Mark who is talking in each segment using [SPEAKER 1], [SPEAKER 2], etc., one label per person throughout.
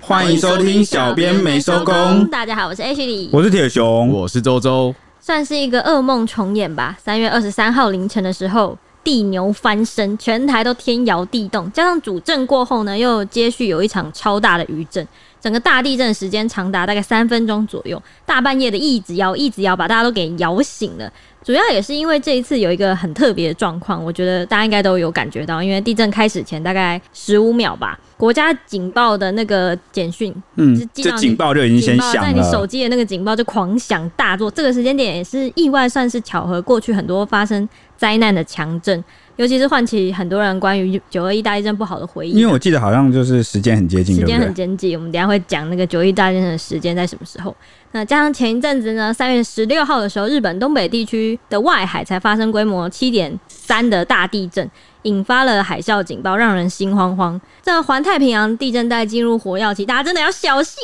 [SPEAKER 1] 欢迎收听《小编没收工》，
[SPEAKER 2] 大家好，我是 H 李，
[SPEAKER 1] 我是铁熊，
[SPEAKER 3] 我是周周，
[SPEAKER 2] 算是一个噩梦重演吧。三月二十三号凌晨的时候，地牛翻身，全台都天摇地动，加上主震过后呢，又接续有一场超大的余震，整个大地震时间长达大概三分钟左右，大半夜的一直摇，一直摇，把大家都给摇醒了。主要也是因为这一次有一个很特别的状况，我觉得大家应该都有感觉到，因为地震开始前大概十五秒吧，国家警报的那个简讯，
[SPEAKER 1] 嗯，
[SPEAKER 2] 就进
[SPEAKER 1] 这
[SPEAKER 2] 到你
[SPEAKER 1] 警报就已经
[SPEAKER 2] 警
[SPEAKER 1] 先
[SPEAKER 2] 报在
[SPEAKER 1] 响
[SPEAKER 2] 你手
[SPEAKER 1] 了，
[SPEAKER 2] 机的那个警报就狂响大作。这个时间点也是意外，算是巧合。过去很多发生灾难的强震，尤其是唤起很多人关于九二一大地震不好的回忆
[SPEAKER 1] 因。为我记得好像就是时间很接近，
[SPEAKER 2] 时
[SPEAKER 1] 对
[SPEAKER 2] 间
[SPEAKER 1] 不对？
[SPEAKER 2] 很紧急，我们等一下会讲那个九一大地震的时间在什么时候。那加上前一阵子呢，三月十六号的时候，日本东北地区的外海才发生规模七点三的大地震，引发了海啸警报，让人心慌慌。这环太平洋地震带进入活跃期，大家真的要小心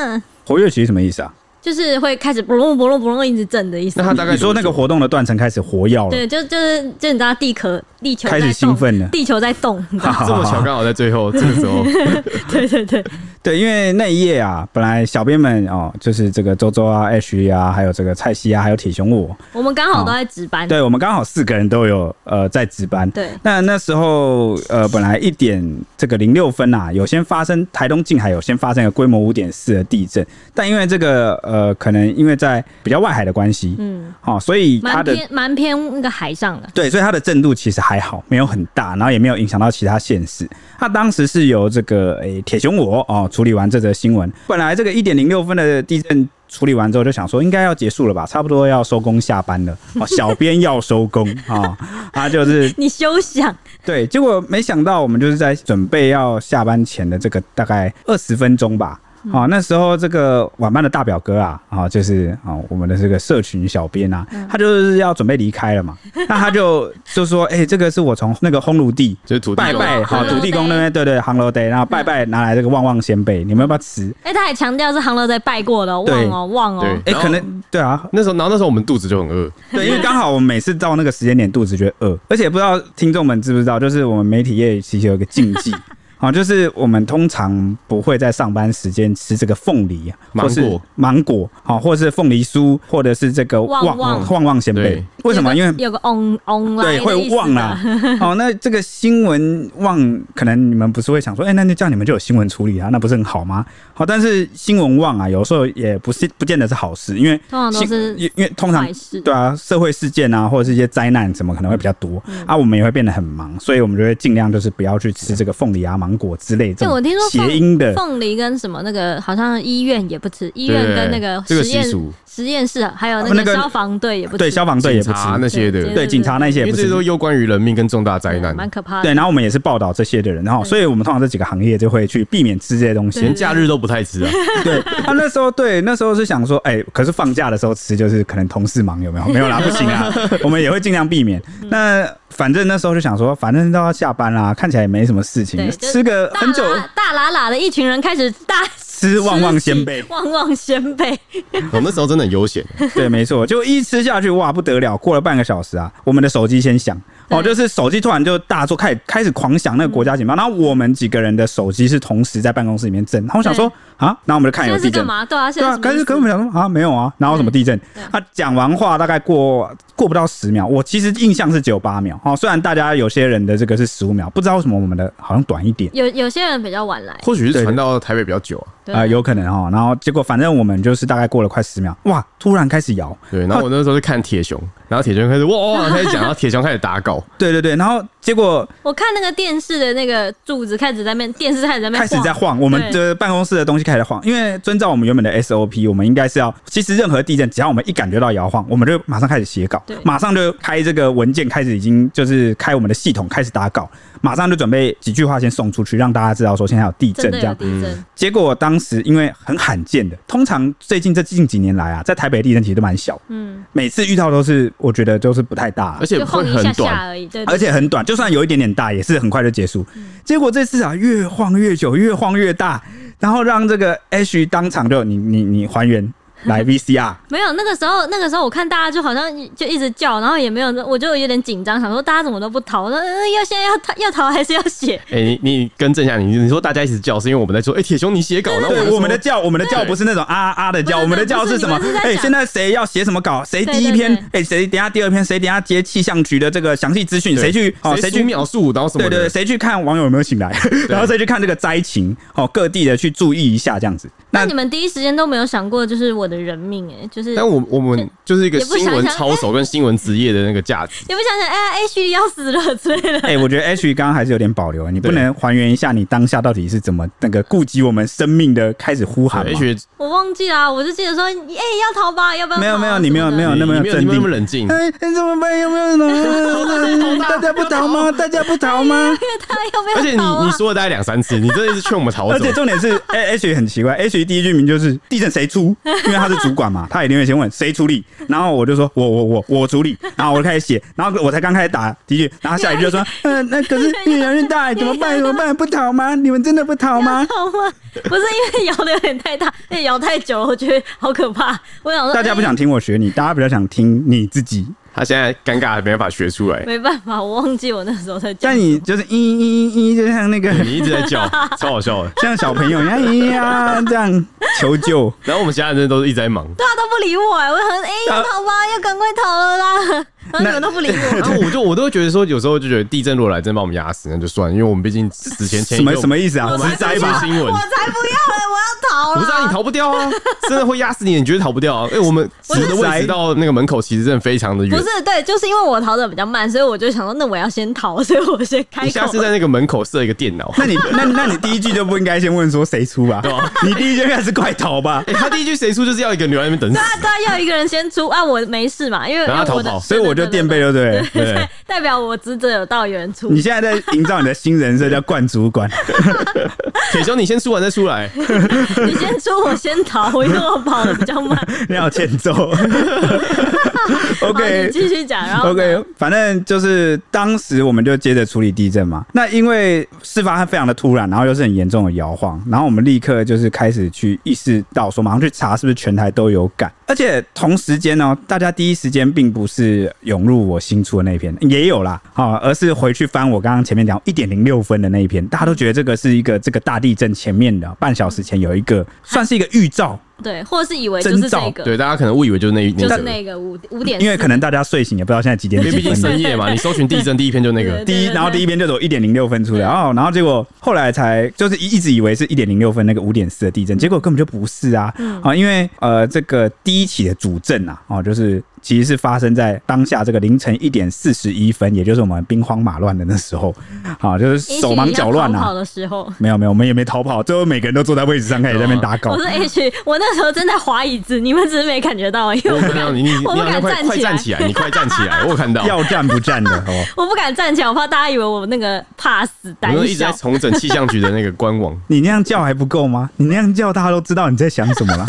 [SPEAKER 2] 啊！
[SPEAKER 1] 活跃期是什么意思啊？
[SPEAKER 2] 就是会开始不隆不隆不隆一直震的意思
[SPEAKER 3] 那。他大概
[SPEAKER 1] 你说那个活动的断层开始活跃了，
[SPEAKER 2] 对，就就是就你知道地壳地球
[SPEAKER 1] 开
[SPEAKER 2] 在
[SPEAKER 1] 始兴
[SPEAKER 2] 动，
[SPEAKER 1] 奋了。
[SPEAKER 2] 地球 在动，你知道吗
[SPEAKER 3] 这么巧，刚好在最后这个时候，
[SPEAKER 2] 对对对，
[SPEAKER 1] 对，因为那一夜啊，本来小编们哦，就是这个周周啊、H 啊，还有这个蔡西啊，还有铁熊我，
[SPEAKER 2] 我们刚好都在值班。
[SPEAKER 1] 哦对我们刚好四个人都有呃在值班。
[SPEAKER 2] 对
[SPEAKER 1] 那那时候，呃，本来一点这个零六分啊，有先发生台东近海有先发生一个规模五点四的地震，但因为这个呃，可能因为在比较外海的关系，
[SPEAKER 2] 嗯，
[SPEAKER 1] 哦，所以它
[SPEAKER 2] 蛮
[SPEAKER 1] 的
[SPEAKER 2] 偏蛮偏那个海上的。
[SPEAKER 1] 对，所以它的震度其实还好，没有很大，然后也没有影响到其他县市。它当时是由这个诶铁熊我哦处理完这则新闻，本来这个一点零六分的地震。处理完之后就想说应该要结束了吧，差不多要收工下班了。哦，小编要收工啊，他、就是
[SPEAKER 2] 你休想！
[SPEAKER 1] 对，结果没想到我们就是在准备要下班前的这个大概二十分钟吧。啊、那时候这个晚班的大表哥啊，啊、就是啊、我们的这个社群小编啊，他就是要准备离开了嘛，那他就就说，哎、这个是我从那个烘炉地
[SPEAKER 3] 就是土地
[SPEAKER 1] 拜
[SPEAKER 3] 公
[SPEAKER 1] 拜，好
[SPEAKER 2] 烘炉
[SPEAKER 1] 土地公
[SPEAKER 2] 地
[SPEAKER 1] 那边，对对，杭楼 day，然后拜拜拿来这个旺旺仙贝，你们要不要吃？
[SPEAKER 2] 哎、他还强调是航楼在拜过的哦，
[SPEAKER 1] 对
[SPEAKER 2] 忘哦忘哦。
[SPEAKER 3] 对
[SPEAKER 1] 哎、
[SPEAKER 3] 然后
[SPEAKER 1] 可能对啊，
[SPEAKER 3] 那时候，然后那时候我们肚子就很饿，
[SPEAKER 1] 对，因为刚好我们每次到那个时间点，肚子就会饿，而且不知道听众们知不知道，就是我们媒体业其实有一个禁 忌。好，就是我们通常不会在上班时间吃这个凤梨、啊
[SPEAKER 3] 芒
[SPEAKER 1] 或
[SPEAKER 3] 果
[SPEAKER 1] 是芒果，好，或是凤梨酥，或者是这个
[SPEAKER 2] 旺
[SPEAKER 1] 旺
[SPEAKER 2] 旺
[SPEAKER 1] 旺旺仙贝
[SPEAKER 3] 对。
[SPEAKER 1] 为什么？因为
[SPEAKER 2] 有个 on on 啦，
[SPEAKER 1] 对，会忘啦
[SPEAKER 2] 了。。
[SPEAKER 1] 哦，那这个新闻忘，可能你们不是会想说，哎、那就这样你们就有新闻处理啊，那不是很好吗？好，但是新闻忘啊，有时候也不是不见得是好事，因为
[SPEAKER 2] 通常都
[SPEAKER 1] 新
[SPEAKER 2] 是
[SPEAKER 1] 因因为通常
[SPEAKER 2] 坏事。
[SPEAKER 1] 对啊，社会事件啊，或者是一些灾难，怎么可能会比较多、
[SPEAKER 2] 嗯
[SPEAKER 1] 啊？我们也会变得很忙，所以我们就会尽量就是不要去吃这个凤梨啊、芒果之类这
[SPEAKER 2] 就我
[SPEAKER 1] 种
[SPEAKER 2] 听说凤
[SPEAKER 1] 谐音的。
[SPEAKER 2] 凤梨跟什么那个，好像医院也不吃，医院
[SPEAKER 3] 对
[SPEAKER 2] 跟那个
[SPEAKER 3] 这个
[SPEAKER 2] 实
[SPEAKER 3] 习
[SPEAKER 2] 验、
[SPEAKER 3] 俗，
[SPEAKER 2] 实验室，还有
[SPEAKER 1] 啊那
[SPEAKER 2] 那
[SPEAKER 1] 个
[SPEAKER 2] 个消防队也不吃，
[SPEAKER 1] 对，消防队也不
[SPEAKER 3] 警
[SPEAKER 1] 吃，
[SPEAKER 3] 察那些的，
[SPEAKER 2] 对
[SPEAKER 1] 对警察那些也
[SPEAKER 3] 因为
[SPEAKER 1] 不
[SPEAKER 3] 这些
[SPEAKER 1] 吃
[SPEAKER 3] 都。攸关于人命跟重大灾
[SPEAKER 2] 对
[SPEAKER 3] 难。
[SPEAKER 2] 蛮可怕的。
[SPEAKER 1] 对，然后我们也是报道这些的人，然后所以我们通常这几个行业就会去避免吃这些东西
[SPEAKER 3] 连。假日都不太吃啊，
[SPEAKER 1] 对，他那时候对那时候是想说，哎、可是放假的时候吃就是可能同事忙 有没有？没有啦，不行啊，我们也会尽量避免。
[SPEAKER 2] 嗯
[SPEAKER 1] 那反正那时候就想说，反正都要下班啦，看起来也没什么事情
[SPEAKER 2] 对，就
[SPEAKER 1] 吃个
[SPEAKER 2] 大
[SPEAKER 1] 很久
[SPEAKER 2] 喇大喇喇的一群人开始 大
[SPEAKER 1] 吃旺旺仙贝。
[SPEAKER 2] 旺旺仙贝，
[SPEAKER 3] 我那时候真的很悠闲，
[SPEAKER 1] 对，没错，就一吃下去，哇，不得了！过了半个小时啊，我们的手机先响，哦，
[SPEAKER 2] 对嗯
[SPEAKER 1] 就是手机突然就大作，开始开始狂响那个国家警报，然后我们几个人的手机是同时在办公室里面震，然后我想说啊，然后我们就看
[SPEAKER 2] 现
[SPEAKER 1] 有
[SPEAKER 2] 在
[SPEAKER 1] 地
[SPEAKER 2] 是干
[SPEAKER 1] 震。
[SPEAKER 2] 嘛？对啊，现
[SPEAKER 1] 对
[SPEAKER 2] 在
[SPEAKER 1] 啊，
[SPEAKER 2] 是
[SPEAKER 1] 可是可是我
[SPEAKER 2] 什么
[SPEAKER 1] 们
[SPEAKER 2] 意思
[SPEAKER 1] 想
[SPEAKER 2] 嗯
[SPEAKER 1] 说啊，没有啊，哪有什么地震
[SPEAKER 2] 对？
[SPEAKER 1] 他讲完话大概过过不到十秒，我其实印象是只有八秒哦。虽然大家有些人的这个是十五秒，不知道为什么我们的好像短一点。
[SPEAKER 2] 有有些人比较晚来，
[SPEAKER 3] 或许
[SPEAKER 1] 对
[SPEAKER 3] 是传到台北比较久啊。
[SPEAKER 2] 对
[SPEAKER 1] 啊、有可能哦，然后结果反正我们就是大概过了快十秒，哇，突然开始摇，
[SPEAKER 3] 对，然后我那时候就看铁熊，然后铁熊开始哇哇哇开始讲，然后铁熊开始打稿，
[SPEAKER 1] 对对对，然后结果
[SPEAKER 2] 我看那个电视的那个柱子开始在那边，电视开始在那边
[SPEAKER 1] 开始在
[SPEAKER 2] 晃
[SPEAKER 1] 晃，我们
[SPEAKER 2] 对
[SPEAKER 1] 的办公室的东西开始晃，因为遵照我们原本的 SOP，我们应该是要，其实任何地震，只要我们一感觉到摇晃，我们就马上开始写稿
[SPEAKER 2] 对，
[SPEAKER 1] 马上就开这个文件，开始已经就是开我们的系统开始打稿，马上就准备几句话先送出去，让大家知道说现在有地震
[SPEAKER 2] 真的
[SPEAKER 1] 这
[SPEAKER 2] 有
[SPEAKER 1] 样。
[SPEAKER 2] 地震，
[SPEAKER 1] 结果当时因为很罕见的，通常最近这近几年来啊，在台北的地震其实都蛮小，
[SPEAKER 2] 嗯，
[SPEAKER 1] 每次遇到都是我觉得都是不太大、
[SPEAKER 3] 而且
[SPEAKER 2] 就
[SPEAKER 3] 会
[SPEAKER 2] 晃一
[SPEAKER 3] 很
[SPEAKER 2] 下
[SPEAKER 3] 短
[SPEAKER 2] 下，而已，对，对
[SPEAKER 1] 而且很短，就算有一点点大，也是很快就结束。
[SPEAKER 2] 嗯
[SPEAKER 1] 结果这次啊，越 晃越久，越晃越大，然后让这个 H 当场就你你你还原，来 VCR，
[SPEAKER 2] 没有，那个时候，那个时候我看大家就好像就一直叫，然后也没有，我就有点紧张，想说大家怎么都不逃，我说、呃、要现在要逃要逃还是要写？
[SPEAKER 3] 哎、你你更正一下，你你说大家一直叫，是因为我们在说，哎、铁雄你写稿，然后
[SPEAKER 1] 对，
[SPEAKER 3] 我
[SPEAKER 1] 我们的叫我们的叫不是那种啊啊啊的叫，
[SPEAKER 2] 不是
[SPEAKER 1] 我们的叫
[SPEAKER 2] 不是
[SPEAKER 1] 是什么
[SPEAKER 2] 你们是？在
[SPEAKER 1] 哎，
[SPEAKER 2] 讲
[SPEAKER 1] 现在谁要写什么稿？谁第一篇
[SPEAKER 2] 对对？
[SPEAKER 1] 哎，谁等一下第二篇？谁等一下接气象局的这个详细资讯？
[SPEAKER 3] 对
[SPEAKER 1] 谁去？哦，
[SPEAKER 3] 谁
[SPEAKER 1] 谁
[SPEAKER 3] 去
[SPEAKER 1] 去？
[SPEAKER 3] 描述，然后什么
[SPEAKER 1] 对
[SPEAKER 3] 的，
[SPEAKER 1] 对，对谁去看网友有没有醒来？ 然后谁去看这个灾情？哦，各地的去注意一下这样子。
[SPEAKER 2] 那
[SPEAKER 1] 那
[SPEAKER 2] 你们第一时间都没有想过，就是我的人命、哎，就是
[SPEAKER 3] 但我我们就是一个
[SPEAKER 2] 也不想
[SPEAKER 3] 新闻
[SPEAKER 2] 想哎
[SPEAKER 3] 操守跟新闻职业的那个价值。
[SPEAKER 2] 也不想想，哎、h 要死了之类 的。
[SPEAKER 1] 哎、我觉得 H 刚刚还是有点保留，啊你不
[SPEAKER 3] 对
[SPEAKER 1] 能还原一下你当下到底是怎么那个顾及我们生命的开始呼喊
[SPEAKER 3] 对
[SPEAKER 1] 吗？
[SPEAKER 3] H
[SPEAKER 2] 我忘记啦，我就记得说，哎、要逃吧，要不要逃啊？
[SPEAKER 1] 没有没有
[SPEAKER 2] 什么
[SPEAKER 1] 你没有
[SPEAKER 2] 的
[SPEAKER 1] 没有那么
[SPEAKER 3] 你没有你
[SPEAKER 1] 镇
[SPEAKER 3] 没有
[SPEAKER 1] 定
[SPEAKER 3] 那么 冷静，
[SPEAKER 1] 哎、哎怎么办？有没有 人？大家不逃吗？大家不逃吗？
[SPEAKER 2] 他要不要逃、啊？
[SPEAKER 3] 而且你你说了大概两三次，你真的是劝我们 逃
[SPEAKER 1] 而
[SPEAKER 3] 走
[SPEAKER 1] 且。重点是，哎、h 很奇怪，H 第一句名就是地震谁出，因为他是主管嘛，他一定会先问谁处理，然后我就说我我我我处理，然后我就开始写，然后我才刚开始打第一句，然后下一句就 说，嗯、那可是越摇越大，怎么办？怎么办？不逃吗？你们真的不逃吗？
[SPEAKER 2] 好吗？不是因为摇的有点太大，因为摇太久，我觉得好可怕。我想说，
[SPEAKER 1] 大家不
[SPEAKER 2] 哎
[SPEAKER 1] 想听我学你，大家比较想听你自己。
[SPEAKER 3] 他现在尴尬，没办法学出来。
[SPEAKER 2] 没办法，我忘记我那时候在讲
[SPEAKER 1] 但。你就是一一一，就像那个
[SPEAKER 3] 你一直在 叫，超好笑的。
[SPEAKER 1] 像小朋友一样，咿呀这样求救。
[SPEAKER 3] 然后我们其他人都是一直在忙，
[SPEAKER 2] 大家都不理我、哎，我想，哎、要逃吧，要赶快逃了啦。然后你们都不理我，
[SPEAKER 3] 然后我就我都会觉得说，有时候就觉得地震如果来真把我们压死，那就算，因为我们毕竟死前前
[SPEAKER 1] 什么什么意思啊？
[SPEAKER 3] 我们
[SPEAKER 1] 直灾
[SPEAKER 3] 还在出
[SPEAKER 1] 吧？
[SPEAKER 3] 新闻
[SPEAKER 2] 我，才不要了，我要逃了。
[SPEAKER 3] 不是啊，你逃不掉啊，真的会压死你，你绝对逃不掉啊。哎，我们我
[SPEAKER 1] 是
[SPEAKER 3] 的位置到那个门口其实真的非常
[SPEAKER 2] 不
[SPEAKER 3] 的远。
[SPEAKER 2] 是对，就是因为我逃的比较慢，所以我就想说，那我要先逃，所以我先开
[SPEAKER 3] 你
[SPEAKER 2] 口
[SPEAKER 3] 下。次在那个门口设一个电脑，
[SPEAKER 1] 那你那那你第一句就不应该先问说谁出吧？
[SPEAKER 3] 啊
[SPEAKER 1] 你第一句应该是快逃吧？
[SPEAKER 3] 哎，他第一句谁出就是要一个人留在那边等死
[SPEAKER 2] 对。啊，对啊，要一个人先出啊，我没事嘛，因为
[SPEAKER 3] 然后
[SPEAKER 2] 因
[SPEAKER 3] 他
[SPEAKER 2] 为我
[SPEAKER 3] 逃
[SPEAKER 2] 的
[SPEAKER 3] 跑，
[SPEAKER 1] 所以我就垫背，对不对？
[SPEAKER 3] 对，
[SPEAKER 2] 代表我职责有到，有人出。
[SPEAKER 1] 你现在在营造你的新人设，叫冠主管。
[SPEAKER 3] 铁雄你先出完再出来。
[SPEAKER 2] 你先出，我先逃，我因为我跑的比较 慢。
[SPEAKER 1] 你好欠揍。
[SPEAKER 2] 好
[SPEAKER 1] OK
[SPEAKER 2] 你。继续讲，然后
[SPEAKER 1] OK，反正就是当时我们就接着处理地震嘛。那因为事发非常的突然，然后又是很严重的摇晃，然后我们立刻就是开始去意识到说，马上去查是不是全台都有感。而且同时间呢、大家第一时间并不是涌入我新出的那一篇，也有啦，啊、而是回去翻我刚刚前面讲一点零六分的那一篇，大家都觉得这个是一个这个大地震前面的半小时前有一个算是一个预兆，
[SPEAKER 2] 对，或是以为就是这个，
[SPEAKER 3] 对，大家可能误以为就是那一
[SPEAKER 2] 就
[SPEAKER 3] 那
[SPEAKER 2] 是
[SPEAKER 3] 个，
[SPEAKER 2] 那个五五点四，
[SPEAKER 1] 因为可能大家睡醒也不知道现在几点
[SPEAKER 3] 因为
[SPEAKER 1] 几
[SPEAKER 3] 毕竟
[SPEAKER 1] 分了。
[SPEAKER 3] 深夜嘛，你搜寻地震第一篇就那个
[SPEAKER 2] 对。
[SPEAKER 1] 第一，然后第一篇就走一点零六分出来
[SPEAKER 2] 对
[SPEAKER 1] 哦，然后结果后来才就是一一直以为是一点零六分那个五点四的地震，结果根本就不是啊，
[SPEAKER 2] 嗯
[SPEAKER 1] 啊、因为呃这个第一起的主震啊，哦就是其实是发生在当下这个凌晨一点四十一分，也就是我们兵荒马乱的那时候，啊、就是
[SPEAKER 2] 嗯引起
[SPEAKER 1] 手忙脚乱
[SPEAKER 2] 你要逃跑
[SPEAKER 1] 啊。
[SPEAKER 2] 的时候。
[SPEAKER 1] 没有没有，我们也没逃跑，最后每个人都坐在位置上开始在那边打稿
[SPEAKER 2] 我。是
[SPEAKER 3] 嗯
[SPEAKER 2] H，我那时候正在划椅子，你们只是没感觉到而已。因为
[SPEAKER 3] 我看到你，你你
[SPEAKER 2] 我不
[SPEAKER 3] 好
[SPEAKER 2] 敢
[SPEAKER 3] 像快快站
[SPEAKER 2] 站
[SPEAKER 3] 起
[SPEAKER 2] 起
[SPEAKER 3] 来，你快站起来，我有看到。
[SPEAKER 1] 要站不站的哦，，
[SPEAKER 2] 我不敢站起来，我怕大家以为我那个怕死
[SPEAKER 3] 我
[SPEAKER 2] 胆
[SPEAKER 3] 们一直
[SPEAKER 2] 小
[SPEAKER 3] 在。重整气象局的那个官网
[SPEAKER 1] 你那样叫还不够吗？你那样叫，大家都知道你在想什么了。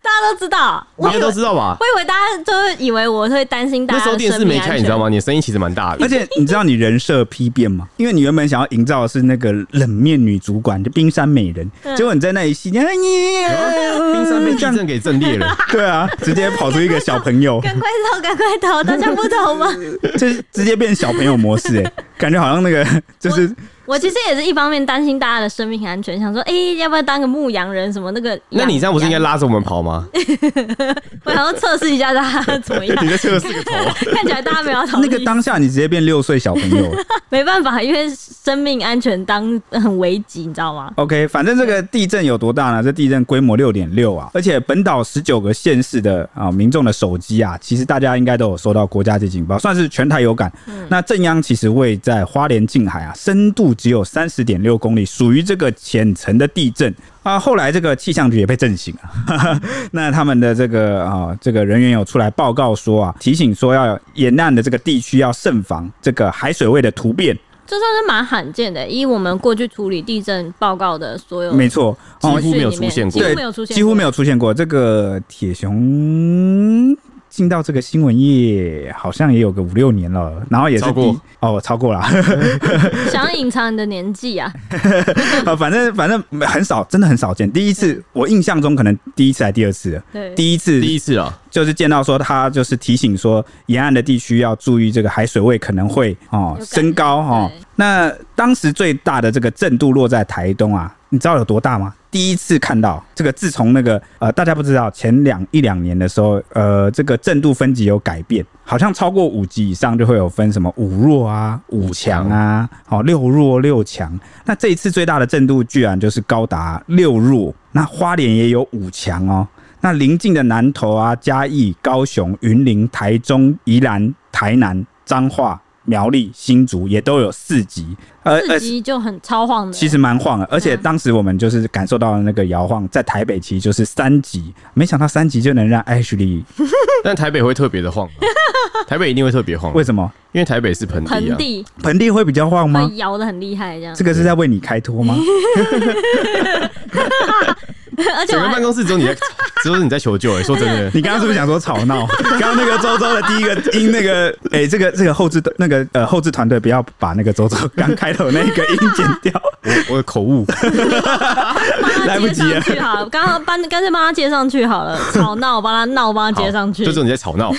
[SPEAKER 2] 大家都知道，我
[SPEAKER 3] 应
[SPEAKER 2] 以
[SPEAKER 3] 该
[SPEAKER 2] 为
[SPEAKER 3] 都知道吧
[SPEAKER 2] 我？以为大家都以为我会担心大
[SPEAKER 3] 那
[SPEAKER 2] 家
[SPEAKER 3] 时候
[SPEAKER 2] 的
[SPEAKER 3] 电视
[SPEAKER 2] 生
[SPEAKER 3] 没
[SPEAKER 2] 命安
[SPEAKER 3] 开，
[SPEAKER 2] 全。
[SPEAKER 3] 你知道吗？你的声音其实蛮大的，
[SPEAKER 1] 而且你知道你人设批变吗？因为你原本想要营造的是那个冷面女主管，就冰山美人，
[SPEAKER 2] 嗯
[SPEAKER 1] 结果你在那一系列，哎
[SPEAKER 3] 嗯
[SPEAKER 1] 你
[SPEAKER 3] 冰山被地
[SPEAKER 1] 这样
[SPEAKER 3] 震给震裂了。
[SPEAKER 1] 对啊，直接跑出一个小朋 友，
[SPEAKER 2] 赶快逃，赶快逃！大家不逃吗？
[SPEAKER 1] 就是直接变小朋友模式、哎，感觉好像那个就是
[SPEAKER 2] 我其实也是一方面担心大家的生命安全，想说，哎、要不要当个牧羊人什么那个？
[SPEAKER 3] 那你这样不是应该？拉着我们跑吗？
[SPEAKER 2] 我想要测试一下大家怎么 样。
[SPEAKER 3] 你在测试个头啊！
[SPEAKER 2] 看起来大家没有逃
[SPEAKER 1] 那
[SPEAKER 2] 避，
[SPEAKER 1] 个当下你直接变六岁小朋友了。
[SPEAKER 2] 没办法，因为生命安全当很危急，你知道吗？
[SPEAKER 1] OK，反正这个地震有多大呢？这地震规模六点六啊，而且本岛十九个县市的啊民众的手机啊，其实大家应该都有收到国家级警报，算是全台有感。那正央其实位在花莲近海啊，深度只有三十点六公里，属于这个浅层的地震。啊，后来这个气象局也被震醒了， 那他们的这个啊，这个人员有出来报告说啊，提醒说要沿岸的这个地区要慎防这个海水位的突变。
[SPEAKER 2] 这算是蛮罕见的，以我们过去处理地震报告的所有
[SPEAKER 1] 没错，哦
[SPEAKER 3] 几乎没有出现过
[SPEAKER 2] 几
[SPEAKER 1] 对，
[SPEAKER 2] 乎没有出现过，
[SPEAKER 1] 几乎没有出现过。这个铁熊进到这个新闻业好像也有个五六年了，然后也是
[SPEAKER 3] 超
[SPEAKER 1] 第
[SPEAKER 3] 过
[SPEAKER 1] 哦超过了，
[SPEAKER 2] 想要隐藏你的年纪啊，
[SPEAKER 1] 啊，反正反正很少，真的很少见。第一次我印象中可能第一次还第二次了，
[SPEAKER 2] 对，
[SPEAKER 1] 第一次
[SPEAKER 3] 第一次啊，
[SPEAKER 1] 就是见到说他就是提醒说沿岸的地区要注意这个海水位可能会哦
[SPEAKER 2] 有感
[SPEAKER 1] 升高哦
[SPEAKER 2] 对。
[SPEAKER 1] 那当时最大的这个震度落在台东啊，你知道有多大吗？第一次看到这个，自从那个呃，大家不知道前两一两年的时候，呃，这个震度分级有改变，好像超过五级以上就会有分什么五弱啊、五强啊、好、六弱六强。那这一次最大的震度居然就是高达六弱，那花莲也有五强哦。那邻近的南投啊、嘉义、高雄、云林、台中、宜兰、台南、彰化、苗栗、新竹也都有四级，呃
[SPEAKER 2] 嗯四级就很超晃的，
[SPEAKER 1] 其实蛮晃的，而且
[SPEAKER 2] 嗯
[SPEAKER 1] 当时我们就是感受到了那个摇晃，在台北其实就是三级，没想到三级就能让 Ashley
[SPEAKER 3] 但台北会特别的晃吗，台北一定会特别晃，
[SPEAKER 1] 为什么
[SPEAKER 3] 因为台北是盆地
[SPEAKER 2] 盆
[SPEAKER 3] 啊。
[SPEAKER 2] 地
[SPEAKER 1] 盆地会比较晃吗
[SPEAKER 2] 会？摇的很厉害，这样
[SPEAKER 1] 这，个是在为你开脱吗？
[SPEAKER 2] 而且
[SPEAKER 3] 整
[SPEAKER 2] 我
[SPEAKER 3] 个
[SPEAKER 2] 还
[SPEAKER 3] 办公室只有你在，只有你在求救哎、说真的，
[SPEAKER 1] 你刚刚是不是想说吵闹？ 刚刚那个周周的第一个音，那个哎、这个这个后置那个呃后置团队不要把那个周周刚开头那个音剪掉，
[SPEAKER 3] 我我的口误，
[SPEAKER 2] 帮
[SPEAKER 1] 来
[SPEAKER 2] 他
[SPEAKER 1] 不
[SPEAKER 2] 接
[SPEAKER 1] 及了
[SPEAKER 2] 上去好了，刚刚帮干脆帮他接上去好了，吵闹帮他闹帮他接上去
[SPEAKER 3] 就，只有你在吵闹。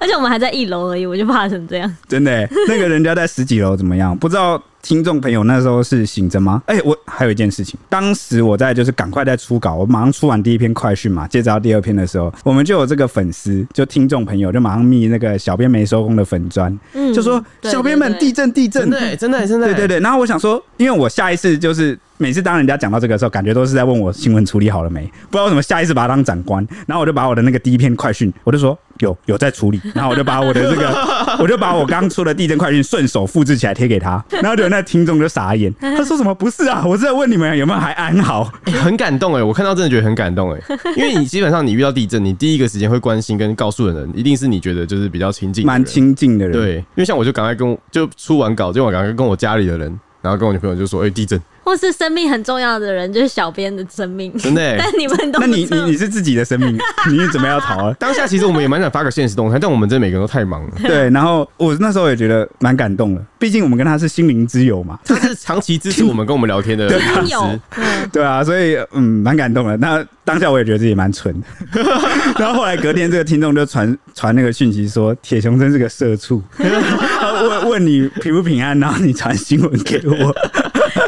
[SPEAKER 2] 而且我们还在一楼而已，我就怕成这样，
[SPEAKER 1] 真的、欸，那个人家在十几楼怎么样？不知道听众朋友那时候是醒着吗？哎、我还有一件事情，当时我在就是赶快在出稿，我马上出完第一篇快讯嘛，接着到第二篇的时候，我们就有这个粉丝就听众朋友就马上密那个小编没收工的粉砖，
[SPEAKER 2] 嗯
[SPEAKER 1] 就说
[SPEAKER 2] 对
[SPEAKER 1] 小编们
[SPEAKER 2] 对对
[SPEAKER 1] 地震地震，
[SPEAKER 3] 欸 真的欸真的欸
[SPEAKER 1] 对对对，然后我想说，因为我下一次就是每次当人家讲到这个的时候，感觉都是在问我新闻处理好了没，不知道为什么下一次把它当长官，然后我就把我的那个第一篇快讯，我就说有有在处理，然后我就把我的这个，我就把我刚出的地震快讯顺手复制起来贴给他，然后就那听众就傻眼，他说什么不是啊，我是在问你们有没有还安好，
[SPEAKER 3] 欸 很感动哎、我看到真的觉得很感 动哎、因为你基本上你遇到地震，你第一个时间会关心跟告诉的人，一定是你觉得就是比较亲近，
[SPEAKER 1] 蛮。亲近的人，
[SPEAKER 3] 对，因为像我就赶快跟我就出完稿，就我赶快跟我家里的人，然后跟我女朋友就说：“哎、地 震，
[SPEAKER 2] 或是生命很重要的人就是小编的生命，
[SPEAKER 3] 真的、欸。”
[SPEAKER 2] 但你们都
[SPEAKER 1] 那
[SPEAKER 2] 不
[SPEAKER 1] 你
[SPEAKER 2] 知
[SPEAKER 1] 你
[SPEAKER 2] 道
[SPEAKER 1] 你是自己的生命，你是准备要逃了。
[SPEAKER 3] 当下其实我们也蛮想发个现实动态，但我们真的每个人都太忙了。
[SPEAKER 1] 对，然后我那时候也觉得蛮感动的，毕竟我们跟他是心灵之友嘛，
[SPEAKER 3] 他是长期支持我们跟我们聊天的粉
[SPEAKER 2] 听友
[SPEAKER 3] 丝，，
[SPEAKER 2] 嗯，
[SPEAKER 1] 对啊，所以嗯，蛮感动的。那当下我也觉得自己蛮蠢的， 然后后来隔天这个听众就传传那个讯息说，铁雄真是个社畜，问问你平不平安，然后你传新闻给我。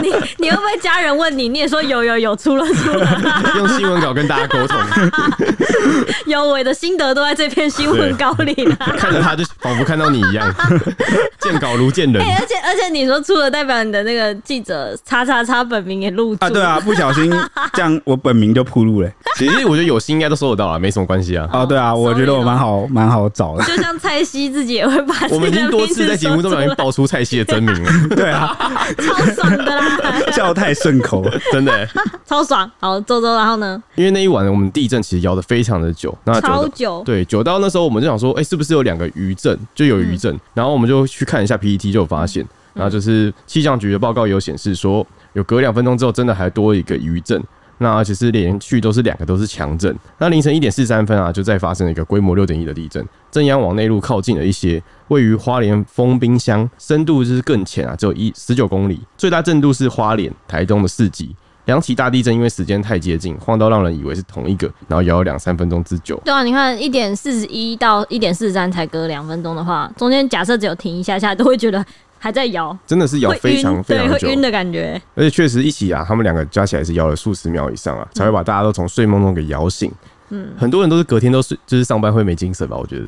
[SPEAKER 2] 你你会不会家人问你，你也说有有有出了出了，
[SPEAKER 3] 用新闻稿跟大家沟通，
[SPEAKER 2] 有我的心得都在这篇新闻稿里了。
[SPEAKER 3] 看着他就仿佛看到你一样，见稿如见人。
[SPEAKER 2] 哎、而且而且你说出了，代表你的那个记者叉叉叉本名也露住
[SPEAKER 1] 啊，对啊，不小心这样我本名就铺路了。
[SPEAKER 3] 其实我觉得有心应该都收得到啊，没什么关系啊。
[SPEAKER 1] 哦，对啊，我觉得我蛮好蛮好找的。
[SPEAKER 2] 就像蔡希自己也会把自己的
[SPEAKER 3] 我们已经多次在节目中不小
[SPEAKER 2] 名
[SPEAKER 3] 心
[SPEAKER 2] 字
[SPEAKER 3] 爆出蔡西的真名了，
[SPEAKER 1] 对啊，
[SPEAKER 2] 说出来超爽的啦，
[SPEAKER 1] 叫太顺口了。
[SPEAKER 3] 真的欸、
[SPEAKER 2] 超爽。好，周周，然后呢？
[SPEAKER 3] 因为那一晚我们地震其实摇得非常的久，那久
[SPEAKER 2] 超
[SPEAKER 3] 到
[SPEAKER 2] 久，
[SPEAKER 3] 对，久到那时候我们就想说，哎、是不是有两个余震？就有余震，然后我们就去看一下 PPT，就有发现，然后就是气象局的报告也有显示说，有隔两分钟之后真的还多一个余震。那而且是连续都是两个都是强震。那凌晨一点四三分啊，就再发生了一个规模六点一的地震，震央往内陆靠近了一些，位于花莲丰滨乡，深度就是更浅啊，只有一十九公里，最大震度是花莲、台东的四级。两起大地震因为时间太接近，晃到让人以为是同一个，然后摇了两三分钟之久。
[SPEAKER 2] 对啊，你看一点四十一到一点四十三才隔两分钟的话，中间假设只有停一下下，都会觉得还在摇，
[SPEAKER 3] 真的是摇
[SPEAKER 2] 会
[SPEAKER 3] 非常
[SPEAKER 2] 晕
[SPEAKER 3] 非常
[SPEAKER 2] 对，
[SPEAKER 3] 久
[SPEAKER 2] 会，晕的感觉。
[SPEAKER 3] 而且确实一起啊，他们两个加起来是摇了数十秒以上
[SPEAKER 2] 嗯
[SPEAKER 3] 啊，才会把大家都从睡梦中给摇醒。嗯，很多人都是隔天都睡，就是上班会没精神吧？我 觉得，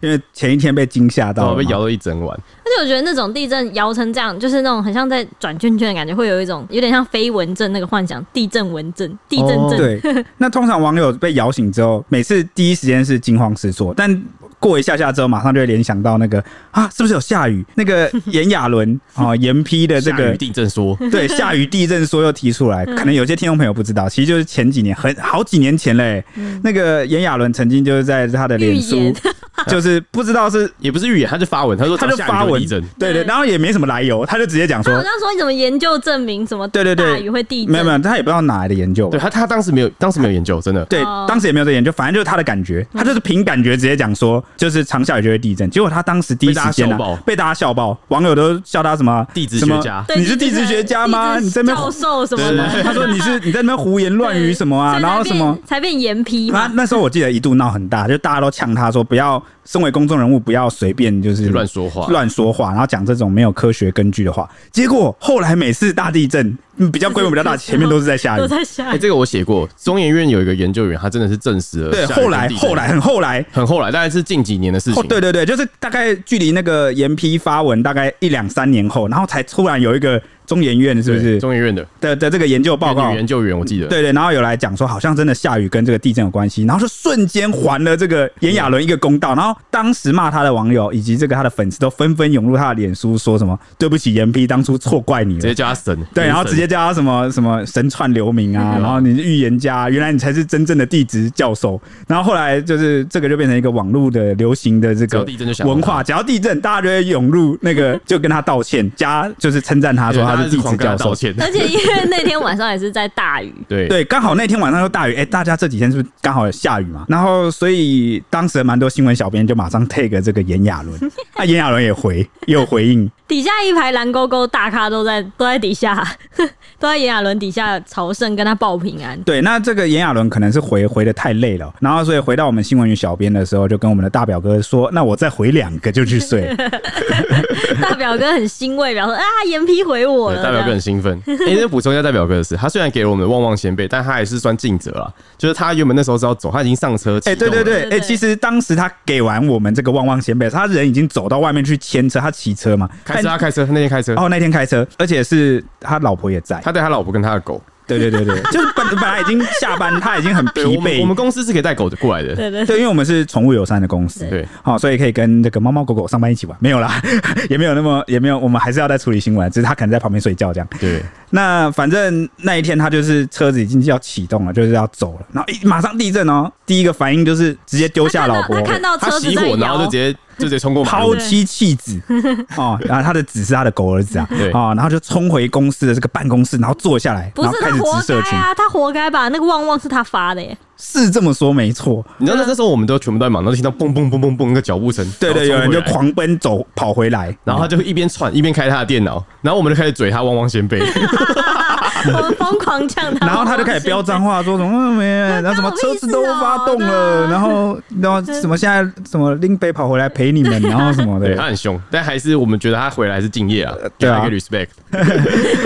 [SPEAKER 1] 因为前一天被惊吓
[SPEAKER 3] 然
[SPEAKER 1] 到
[SPEAKER 3] 后
[SPEAKER 1] 了
[SPEAKER 3] 哦被
[SPEAKER 1] 嘛，
[SPEAKER 3] 摇了一整晚。
[SPEAKER 2] 而且我觉得那种地震摇成这样，就是那种很像在转圈圈的感觉，会有一种有点像飞蚊症那个幻想，地震蚊症、地震
[SPEAKER 3] 哦
[SPEAKER 2] 症。
[SPEAKER 1] 对，那通常网友被摇醒之后，每次第一时间是惊慌失措，但过一下下之后，马上就会联想到那个啊，是不是有下雨？那个炎亚纶啊，严批的这
[SPEAKER 3] 下雨
[SPEAKER 1] 个。
[SPEAKER 3] 地震说，
[SPEAKER 1] 对，下雨地震说又提出来，可能有些听众朋友不知道，其实就是前几年很好几年前嘞、那个炎亚纶曾经就是在他的脸
[SPEAKER 2] 预
[SPEAKER 1] 书
[SPEAKER 2] 言
[SPEAKER 1] 就是 不知道是
[SPEAKER 3] 也不是预言，他就发文，他说
[SPEAKER 1] 他就
[SPEAKER 3] 下雨
[SPEAKER 1] 发
[SPEAKER 3] 有
[SPEAKER 1] 文
[SPEAKER 3] 地震，，
[SPEAKER 1] 对对，
[SPEAKER 2] 对
[SPEAKER 1] 然后也没什么来由，他就直接讲
[SPEAKER 2] 他好
[SPEAKER 1] 说，
[SPEAKER 2] 像说什么研究证明什么
[SPEAKER 1] 对对对
[SPEAKER 2] 大雨会哦地震，
[SPEAKER 1] 没有没有，他也不知道哪来的研究
[SPEAKER 3] 对，他他当时没有当时没有研究，真的，
[SPEAKER 1] 对
[SPEAKER 2] 哦，
[SPEAKER 1] 当时也没有这研究，反正就是他的感觉，他就是凭感觉直接讲说，就是长下雨就会地震。结果他当时第一时间
[SPEAKER 3] 被大家笑爆
[SPEAKER 1] 呢，被大家笑爆，网友都笑他什么
[SPEAKER 3] 地质
[SPEAKER 1] 什么
[SPEAKER 3] 学家
[SPEAKER 2] 对
[SPEAKER 1] 你是地质学家吗？
[SPEAKER 2] 地质
[SPEAKER 1] 你在那边
[SPEAKER 2] 教
[SPEAKER 1] 胡
[SPEAKER 2] 授什么
[SPEAKER 1] 什
[SPEAKER 2] 的
[SPEAKER 1] 么？他说你是你在那边胡言乱语什么啊？
[SPEAKER 2] 对
[SPEAKER 1] 然后
[SPEAKER 2] 所
[SPEAKER 1] 什
[SPEAKER 2] 以才
[SPEAKER 1] 么
[SPEAKER 2] 变？才变严批
[SPEAKER 1] 他
[SPEAKER 2] 嘛？
[SPEAKER 1] 那时候我记得一度闹很大，就大家都呛他说不要，身为公众人物不要随便就是
[SPEAKER 3] 就乱说话
[SPEAKER 1] 乱说话，然后讲这种没有科学根据的话。结果后来每次大地震，嗯比较规模比较大，前面都是在下雨
[SPEAKER 2] 都。在下
[SPEAKER 3] 哎，
[SPEAKER 2] 雨，
[SPEAKER 3] 这个我写过，中研院有一个研究员，他真的是证实了
[SPEAKER 1] 对，
[SPEAKER 3] 下雨
[SPEAKER 1] 后
[SPEAKER 3] 跟
[SPEAKER 1] 来
[SPEAKER 3] 地震，
[SPEAKER 1] 后来很后来，
[SPEAKER 3] 很后来，大概是近几年的事
[SPEAKER 1] 后
[SPEAKER 3] 情，
[SPEAKER 1] 哦对对对，就是大概距离那个严批发文大概一两三年后，然后才突然有一个中研院是不
[SPEAKER 3] 对
[SPEAKER 1] 是
[SPEAKER 3] 中研院的
[SPEAKER 1] 的的这个研究报告
[SPEAKER 3] 女？研究员，我记得，
[SPEAKER 1] 对对，然后有来讲说，好像真的下雨跟这个地震有关系，然后就瞬间还了这个炎亚纶一个公道。然后当时骂他的网友以及这个他的粉丝都纷纷涌入他的脸书，说什么对不起，严批当初错怪你
[SPEAKER 3] 直
[SPEAKER 1] 了
[SPEAKER 3] 接。叫他神，
[SPEAKER 1] 对，然后
[SPEAKER 3] 神
[SPEAKER 1] 直接叫他什么什么神串留名啊，然后你是预言家，原来你才是真正的地质教授。然后后来就是这个就变成一个网络的流行的这
[SPEAKER 3] 只
[SPEAKER 1] 个
[SPEAKER 3] 要地震就想到
[SPEAKER 1] 文
[SPEAKER 3] 他
[SPEAKER 1] 化，只要地震，大家就会涌入那个，就跟他道歉，加就是称赞他
[SPEAKER 3] 他
[SPEAKER 1] 说他
[SPEAKER 3] 他
[SPEAKER 1] 是地质
[SPEAKER 3] 狂跟
[SPEAKER 1] 教
[SPEAKER 3] 他道
[SPEAKER 1] 授。
[SPEAKER 3] 歉，
[SPEAKER 2] 而且因为那天晚上也是在大雨，
[SPEAKER 3] 对
[SPEAKER 1] 对，刚好那天晚上又大雨，哎、大家这几天是不是刚好有下雨嘛？然后所以当时蛮多新闻小编就马上 take 这个炎亚纶，啊，炎亚纶也回也有回应，
[SPEAKER 2] 底下一排蓝勾勾大咖都在都在底下， 都在炎亚纶底下朝圣跟他报平安。
[SPEAKER 1] 对，那这个炎亚纶可能是回回的太累了，然后所以回到我们新闻与小编的时候，就跟我们的大表哥说，那我再回两个就去睡。
[SPEAKER 2] 大表哥很欣慰，表示啊，严批回我了。啊
[SPEAKER 3] 对代
[SPEAKER 2] 这
[SPEAKER 3] 表哥
[SPEAKER 2] 样
[SPEAKER 3] 很兴奋。哎、那补充一下代表哥的事，他虽然给了我们的旺旺先辈，但他也是算尽责啦。就是他原本那时候是要走，他已经上车启
[SPEAKER 1] 哎、
[SPEAKER 3] 动
[SPEAKER 1] 对
[SPEAKER 3] 了，
[SPEAKER 1] 对对，
[SPEAKER 2] 对
[SPEAKER 1] 哎、
[SPEAKER 2] 对
[SPEAKER 1] 其实当时他给完我们这个旺旺先辈，他人已经走到外面去牵车，他骑车嘛，
[SPEAKER 3] 开车
[SPEAKER 1] 但
[SPEAKER 3] 他开车，他那天开车，
[SPEAKER 1] 哦，那天开车，而且是他老婆也在。
[SPEAKER 3] 他带他老婆跟他的狗。
[SPEAKER 1] 对对对对， 就是本本来已经下班，他已经很疲
[SPEAKER 3] 对，我们我们
[SPEAKER 1] 惫。
[SPEAKER 3] 公司是可以带狗的过来的。
[SPEAKER 2] 对对，
[SPEAKER 1] 对，因为我们是宠物友善的公司，
[SPEAKER 3] 对，
[SPEAKER 1] 好、所以可以跟这个猫猫狗狗上班一起玩，没有啦， 也没有那么也没有，我们还是要在处理新闻，只是他可能在旁边睡觉这样。
[SPEAKER 3] 对，
[SPEAKER 1] 那反正那一天他就是车子已经要启动了，就是要走了，然后一马上地震哦，第一个反应就是直接丢下老婆
[SPEAKER 2] 他，看到他看到车
[SPEAKER 3] 他
[SPEAKER 2] 子
[SPEAKER 3] 熄
[SPEAKER 2] 在
[SPEAKER 3] 火，然后就
[SPEAKER 2] 摇
[SPEAKER 3] 直，接就直接冲过马
[SPEAKER 1] 抛
[SPEAKER 3] 路。
[SPEAKER 1] 妻弃 子哦，然后他的子是他的狗儿子啊，
[SPEAKER 3] 对
[SPEAKER 1] 啊、然后就冲回公司的这个办公室，然后坐下来，
[SPEAKER 2] 不
[SPEAKER 1] 然后
[SPEAKER 2] 是
[SPEAKER 1] 开
[SPEAKER 2] 他
[SPEAKER 1] 始
[SPEAKER 2] 活
[SPEAKER 1] 直
[SPEAKER 2] 该
[SPEAKER 1] 社群，
[SPEAKER 2] 啊，他活该吧？那个旺旺是他发的耶，
[SPEAKER 1] 是这么说没错，
[SPEAKER 3] 你知道那那时候我们都全部都在忙，然后就听到嘣嘣嘣嘣嘣那个脚步声，
[SPEAKER 1] 对对，有
[SPEAKER 3] 然
[SPEAKER 1] 人
[SPEAKER 3] 后冲回
[SPEAKER 1] 就
[SPEAKER 3] 来。
[SPEAKER 1] 狂奔走跑回来，
[SPEAKER 3] 然后他就一边窜一边开他的电脑，然后我们就开始嘴他旺旺先辈，
[SPEAKER 2] 我们疯狂呛他，
[SPEAKER 1] 然后他就开始 飙脏话，说什么没，然后什么车子都
[SPEAKER 2] 哦
[SPEAKER 1] 发动了，
[SPEAKER 2] 啊
[SPEAKER 1] 然后 然后什么现在什么拎杯跑回来陪你们，然后什么
[SPEAKER 3] 对
[SPEAKER 1] 的
[SPEAKER 3] 他，很凶，但还是我们觉得他回来是敬业啊，给
[SPEAKER 1] 对啊
[SPEAKER 3] 他一个 respect。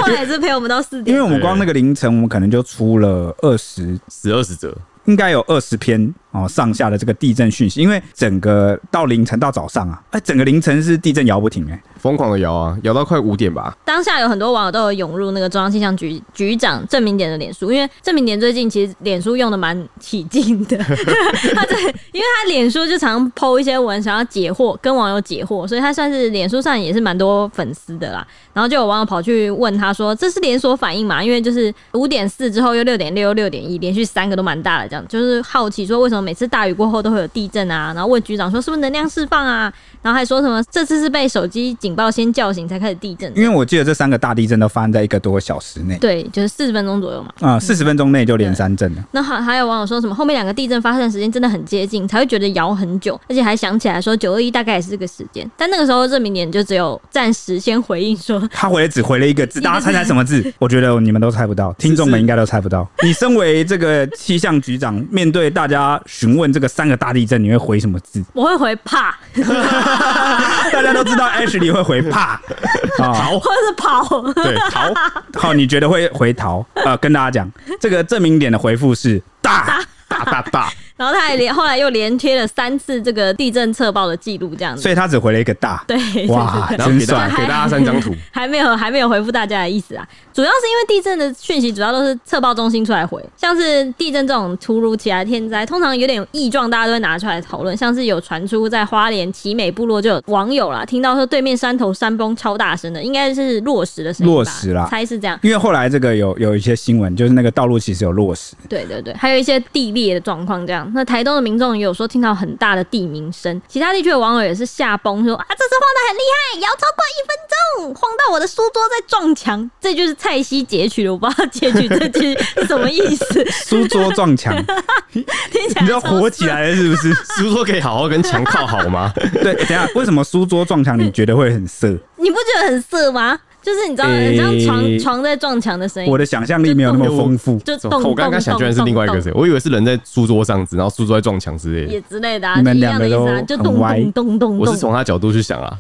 [SPEAKER 2] 后来也是陪我们到四
[SPEAKER 1] 因为
[SPEAKER 2] 点，
[SPEAKER 1] 我们光那个凌晨，我们可能就出了二十，
[SPEAKER 3] 十二十折，
[SPEAKER 1] 应该有二十篇哦上下的这个地震讯息，因为整个到凌晨到早上啊，哎，整个凌晨是地震摇不停哎、
[SPEAKER 3] 疯狂的摇啊，摇到快五点 吧。
[SPEAKER 2] 当下有很多网友都有涌入那个中央气象局局长郑明典的脸书，因为郑明典最近其实脸书用的蛮起劲的， 他这因为他脸书就常 PO 一些文，想要解惑，跟网友解惑，所以他算是脸书上也是蛮多粉丝的啦。然后就有网友跑去问他说：“这是连锁反应嘛？因为就是五点四之后又六点六、六点一，连续三个都蛮大的，这样就是好奇说为什么每次大雨过后都会有地震啊？然后问局长说是不是能量释放啊？然后还说什么这次是被手机警报先叫醒才开始地震的
[SPEAKER 1] 因为我记得这三个大地震都发生在一个多小时内
[SPEAKER 2] 对，就是四十分钟左右嘛。
[SPEAKER 1] 啊，四、十分钟内就连三震了。
[SPEAKER 2] 那还还有网友说什么后面两个地震发生时间真的很接近，才会觉得摇很久，而且还想起来说九二一大概也是这个时间。但那个时候郑明典就只有暂时先回应说，
[SPEAKER 1] 他回来只回了一个字，大家猜猜什么字？我觉得你们都猜不到，听众们应该都猜不到。你身为这个气象局长，面对大家询问这个三个大地震，你会回什么字？
[SPEAKER 2] 我会回怕，
[SPEAKER 1] 大家都知道 Ashley 会回怕啊，
[SPEAKER 2] 或者是跑。
[SPEAKER 3] 对，逃，
[SPEAKER 1] 好，你觉得会回逃？呃，跟大家讲，这个证明点的回复是大大大大，
[SPEAKER 2] 然后他还连后来又连贴了三次这个地震测报的记录，这样子
[SPEAKER 1] 所。以他只回了一个大。
[SPEAKER 2] 对，
[SPEAKER 1] 哇，
[SPEAKER 3] 然后
[SPEAKER 1] 真
[SPEAKER 3] 给大
[SPEAKER 1] 帅！
[SPEAKER 3] 家给大家三张 图，
[SPEAKER 2] 还没有还没有回复大家的意思啊，主要是因为地震的讯息主要都是测报中心出来回，像是地震这种突如其来的天灾，通常有点异状，大家都会拿出来讨论。像是有传出在花莲奇美部落就有网友啦，听到说对面山头山崩超大声的，应该是落石的声音吧，
[SPEAKER 1] 落石啦
[SPEAKER 2] 猜是这样。
[SPEAKER 1] 因为后来这个有有一些新闻，就是那个道路其实有落石，
[SPEAKER 2] 对对对，还有一些地裂的状况这样。那台东的民众也有说听到很大的地鸣声，其他地区的网友也是吓崩，说啊，这次晃得很厉害，摇超过一分钟，晃到我的书桌在撞墙。这就是蔡西截取的，我不知道截取这句是什么意思，
[SPEAKER 1] 书桌撞墙，
[SPEAKER 2] 听起来
[SPEAKER 1] 你要
[SPEAKER 2] 超
[SPEAKER 1] 火起来了是不是？
[SPEAKER 3] 是不是说可以好好跟墙靠好吗？
[SPEAKER 1] 对，欸等一下为什么书桌撞墙你觉得会很色？
[SPEAKER 2] 你不觉得很色吗？就是你知道，很像床、
[SPEAKER 1] 诶
[SPEAKER 2] 床在撞墙的声音
[SPEAKER 1] 我，的想象力没有那么丰富。
[SPEAKER 2] 就
[SPEAKER 3] 怎
[SPEAKER 2] 咚
[SPEAKER 3] 么
[SPEAKER 2] 咚
[SPEAKER 3] 我刚刚想居然是另外一个
[SPEAKER 2] 咚
[SPEAKER 3] 谁，我以为是人在书桌上，然后书桌在撞墙之类
[SPEAKER 2] 也
[SPEAKER 3] 的。
[SPEAKER 2] 之类的、啊，
[SPEAKER 1] 你们
[SPEAKER 2] 就一样的意思啊，
[SPEAKER 1] 两个都
[SPEAKER 2] 就
[SPEAKER 1] 很
[SPEAKER 2] 咚
[SPEAKER 1] 歪
[SPEAKER 2] 咚咚咚
[SPEAKER 3] 我是
[SPEAKER 2] 咚。
[SPEAKER 3] 从他角度去想啊，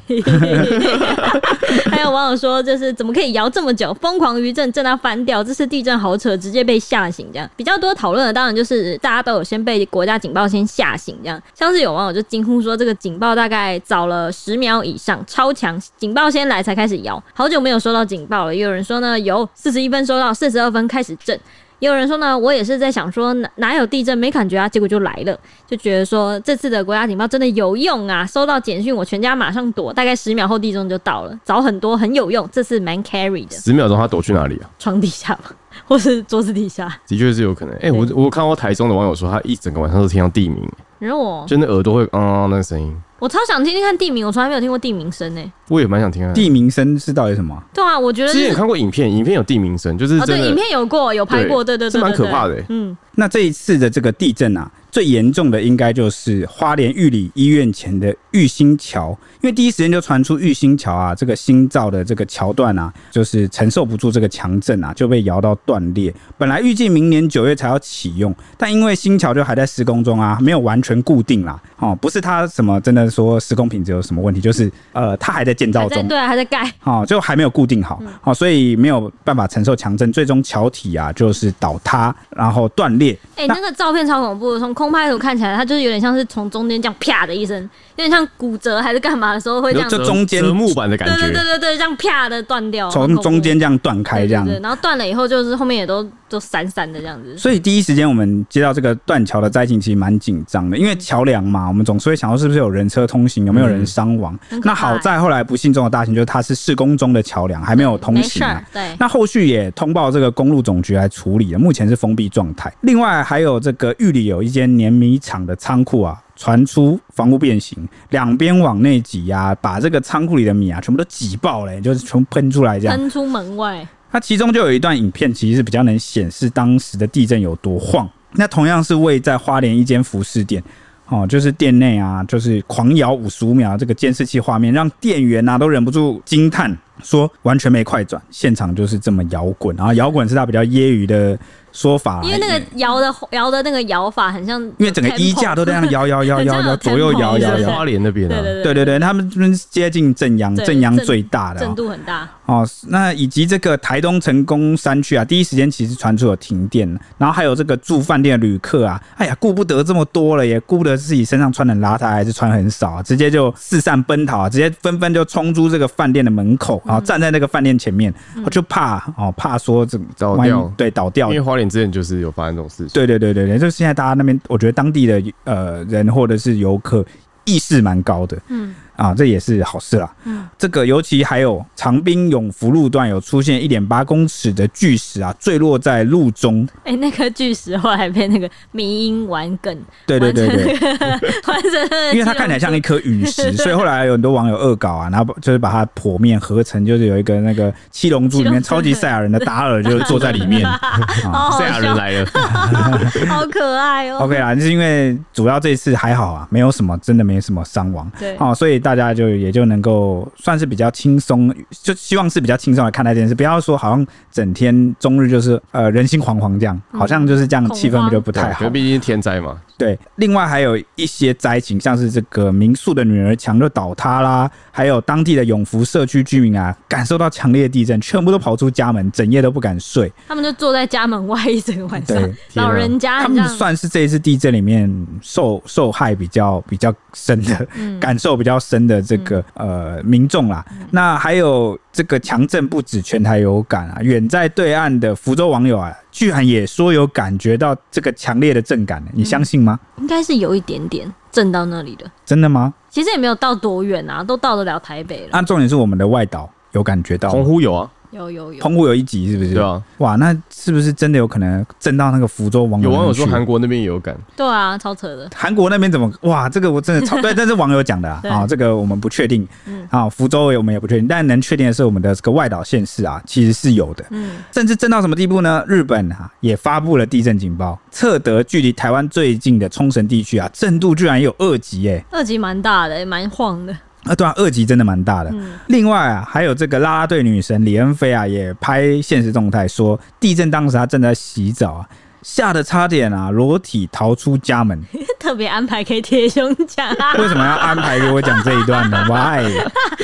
[SPEAKER 2] 还有网友说，就是怎么可以摇这么久？疯狂余震震到翻掉，这次地震好扯，直接被吓醒。这样比较多讨论的，当然就是大家都有先被国家警报先吓醒。这样，像是有网友就惊呼说，这个警报大概早了十秒以上，超强警报先来才开始摇，好久没有收到警报了。也有人说呢，有四十一分收到，四十二分开始震。也有人说呢，我也是在想说哪哪有地震没感觉啊，结果就来了，就觉得说这次的国家警报真的有用啊！收到简讯，我全家马上躲，大概十秒后地震就到了，早很多，很有用，这次蛮 carry 的，
[SPEAKER 3] 十秒钟他躲去哪里啊？
[SPEAKER 2] 床底下吧， 或是桌子底下。
[SPEAKER 3] 的确是有可能。哎、我我看过台中的网友说，他一整个晚上都听到地鸣，
[SPEAKER 2] 然后我
[SPEAKER 3] 就那耳朵会嗯嗯嗯那个声音，
[SPEAKER 2] 我超想听听看地名，我从来没有听过地名声呢、
[SPEAKER 3] 我也蛮想听啊。
[SPEAKER 1] 地名声是到底什么啊？
[SPEAKER 2] 对啊，我觉得、
[SPEAKER 3] 之
[SPEAKER 2] 就
[SPEAKER 3] 前
[SPEAKER 2] 是
[SPEAKER 3] 有看过影片，影片有地鸣声，就是
[SPEAKER 2] 哦，
[SPEAKER 3] 真
[SPEAKER 2] 对，影
[SPEAKER 3] 的
[SPEAKER 2] 片有过，有拍过，对
[SPEAKER 3] 对
[SPEAKER 2] 对对
[SPEAKER 3] 是蛮可怕
[SPEAKER 2] 的。
[SPEAKER 3] 的、欸。
[SPEAKER 2] 嗯，
[SPEAKER 1] 那这一次的这个地震啊，最严重的应该就是花莲玉里医院前的玉兴桥，因为第一时间就传出玉兴桥啊，这个新造的这个桥段啊，就是承受不住这个强震啊，就被摇到断裂。本来预计明年九月才要启用，但因为新桥就还在施工中啊，没有完全固定啦。哦，不是它什么真的说施工品质有什么问题，就是呃，它还在建造
[SPEAKER 2] 还在
[SPEAKER 1] 中。
[SPEAKER 2] 对啊，还在 盖，
[SPEAKER 1] 哦，就还没有固定好，哦，所以没有办法承受强震，最终桥体啊就是倒塌，然后断裂，
[SPEAKER 2] 哎、
[SPEAKER 1] 那
[SPEAKER 2] 那个照片超恐怖的，从空拍图看起来，它就是有点像是从中间这样啪的一声，有点像骨折还是干嘛的时候会这样
[SPEAKER 1] 就
[SPEAKER 2] 子，
[SPEAKER 1] 就中间
[SPEAKER 3] 折木板的感
[SPEAKER 2] 对对
[SPEAKER 3] 觉，
[SPEAKER 2] 对对对，这样啪的断掉，哦很
[SPEAKER 1] 从
[SPEAKER 2] 恐怖
[SPEAKER 1] 中间这样断开
[SPEAKER 2] 对
[SPEAKER 1] 这样。
[SPEAKER 2] 对对，然后断了以后就是后面也都都散散的这样子，
[SPEAKER 1] 所以第一时间我们接到这个断桥的灾情，其实蛮紧张的，因为桥梁嘛，我们总是会想到是不是有人车通行，有没有人伤亡。
[SPEAKER 2] 嗯很可怕
[SPEAKER 1] 那好在后来不幸中的大幸，就是它是施工中的桥梁，还没有通
[SPEAKER 2] 没
[SPEAKER 1] 行、
[SPEAKER 2] 事
[SPEAKER 1] 啊
[SPEAKER 2] 儿。，对，
[SPEAKER 1] 那后续也通报这个公路总局来处理了，目前是封闭状态。另外还有这个玉里有一间碾米厂的仓库啊，传出房屋变形，两边往内挤压、把这个仓库里的米啊全部都挤爆了，就是全部喷出来这样。
[SPEAKER 2] 喷出门外，
[SPEAKER 1] 它其中就有一段影片，其实是比较能显示当时的地震有多晃。那同样是位在花莲一间服饰店，哦，就是店内啊，就是狂摇五十五秒，这个监视器画面让店员啊都忍不住惊叹，说完全没快转，现场就是这么摇滚。然后摇滚是他比较揶揄的说法，
[SPEAKER 2] 因为那个摇的摇的那个摇法很像，
[SPEAKER 1] 啊因为整个衣架都在那样摇摇摇 摇摇，左右摇摇
[SPEAKER 3] 在
[SPEAKER 1] 摇。
[SPEAKER 3] 花莲那边
[SPEAKER 2] 对
[SPEAKER 3] 啊，
[SPEAKER 2] 对
[SPEAKER 1] 对对对，他们这边接近正阳，
[SPEAKER 2] 对
[SPEAKER 1] 正阳
[SPEAKER 2] 正
[SPEAKER 1] 最大的、哦
[SPEAKER 2] 震，度很大，
[SPEAKER 1] 哦，那以及这个台东成功山区啊，第一时间其实传出有停电，然后还有这个住饭店的旅客啊，哎呀，顾不得这么多了，也顾不得自己身上穿的邋遢还是穿很少啊，直接就四散奔逃啊，直接纷纷就冲出这个饭店的门口，然后站在那个饭店前面，我就怕哦，怕说这
[SPEAKER 3] 倒
[SPEAKER 1] 万一
[SPEAKER 3] 掉
[SPEAKER 1] 对倒掉
[SPEAKER 3] 因为，花莲之前就是有发生这种事情。
[SPEAKER 1] 哦对对对对对，就是现在大家那边，我觉得当地的呃人或者是游客意识蛮高的，
[SPEAKER 2] 嗯，
[SPEAKER 1] 啊，这也是好事啦。
[SPEAKER 2] 嗯，
[SPEAKER 1] 这个尤其还有长滨永福路段有出现一点八公尺的巨石啊，坠落在路中。
[SPEAKER 2] 哎、那颗巨石后来被那个迷音玩梗，
[SPEAKER 1] 对对对对，
[SPEAKER 2] 完成了
[SPEAKER 1] 因为它看起来像一颗陨 石，所以后来有很多网友恶搞啊，然后就是把它剖面合成，就是有一个那个《七龙珠》里面
[SPEAKER 2] 七
[SPEAKER 1] 超
[SPEAKER 2] 龙珠
[SPEAKER 1] 级赛亚人的达尔就坐在里 面。
[SPEAKER 2] 好好
[SPEAKER 3] 赛亚人
[SPEAKER 2] 哦笑，
[SPEAKER 3] 来了，
[SPEAKER 2] 好可爱哦、
[SPEAKER 1] 啊 OK 啦，就是因为主要这次还好啊，没有什么真的没什么伤亡。
[SPEAKER 2] 对，
[SPEAKER 1] 哦，所以大家就也就能够算是比较轻松，就希望是比较轻松来看待这件事，不要说好像整天终日就是呃人心惶惶这样，好像就是这样
[SPEAKER 2] 嗯恐
[SPEAKER 1] 气氛
[SPEAKER 2] 慌
[SPEAKER 1] 就不
[SPEAKER 3] 对
[SPEAKER 1] 太
[SPEAKER 3] 可
[SPEAKER 1] 好
[SPEAKER 3] 是。毕竟是天灾嘛，
[SPEAKER 1] 对，另外还有一些灾情，像是这个民宿的女儿墙就倒塌啦，还有当地的永福社区居民啊，感受到强烈地震，全部都跑出家门，整夜都不敢睡。
[SPEAKER 2] 他们就坐在家门外一整个晚上
[SPEAKER 1] 对，
[SPEAKER 3] 天啊
[SPEAKER 2] 老人家
[SPEAKER 1] 他
[SPEAKER 2] 很
[SPEAKER 1] 们
[SPEAKER 2] 像
[SPEAKER 1] 算是这一次地震里面受受害比较比较深的、
[SPEAKER 2] 嗯
[SPEAKER 1] 感受比较深的这个、呃民众啦。那还有这个强震不止全台有感啊，远在对岸的福州网友啊，居然也说有感觉到这个强烈的震感、你相信吗？
[SPEAKER 2] 应该是有一点点震到那里的，
[SPEAKER 1] 真的吗？
[SPEAKER 2] 其实也没有到多远啊，都到得了台北了。
[SPEAKER 1] 那、重点是我们的外岛有感觉到吗
[SPEAKER 3] 澎湖有啊，
[SPEAKER 2] 有有有，
[SPEAKER 1] 澎湖有一集是不是？
[SPEAKER 3] 对啊，
[SPEAKER 1] 哇，那是不是真的有可能震到那个福州网友？
[SPEAKER 3] 有网友说韩国那边也有感，
[SPEAKER 2] 对啊，超扯的，
[SPEAKER 1] 韩国那边怎么哇？这个我真的 超对，这是网友讲的啊
[SPEAKER 2] 对
[SPEAKER 1] 啊，这个我们不确定
[SPEAKER 2] 嗯
[SPEAKER 1] 啊。福州我们也不确定，但能确定的是，我们的这个外岛县市啊，其实是有的。
[SPEAKER 2] 嗯，
[SPEAKER 1] 甚至震到什么地步呢？日本啊也发布了地震警报，测得距离台湾最近的冲绳地区啊，震度居然也有二级耶、
[SPEAKER 2] 二级蛮大的，也蛮晃的，
[SPEAKER 1] 啊，对啊，二级真的蛮大的。
[SPEAKER 2] 嗯
[SPEAKER 1] 另外啊，还有这个啦啦队女神李恩菲啊，也拍现实动态说，地震当时她正在洗澡啊，吓得差点啊裸体逃出家门。
[SPEAKER 2] 特别安排可以贴胸 甲，
[SPEAKER 1] 为什么要安排给我讲这一段呢？Why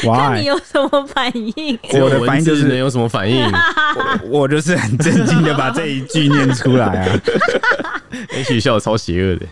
[SPEAKER 2] 看你
[SPEAKER 1] Why？
[SPEAKER 2] 有什么反应？
[SPEAKER 1] 我的反应就
[SPEAKER 3] 只有文字能
[SPEAKER 1] 是，
[SPEAKER 3] 有什么 反应？哎
[SPEAKER 1] 我就是很震惊的把这一句念出来啊。
[SPEAKER 3] 也许笑得超邪恶的。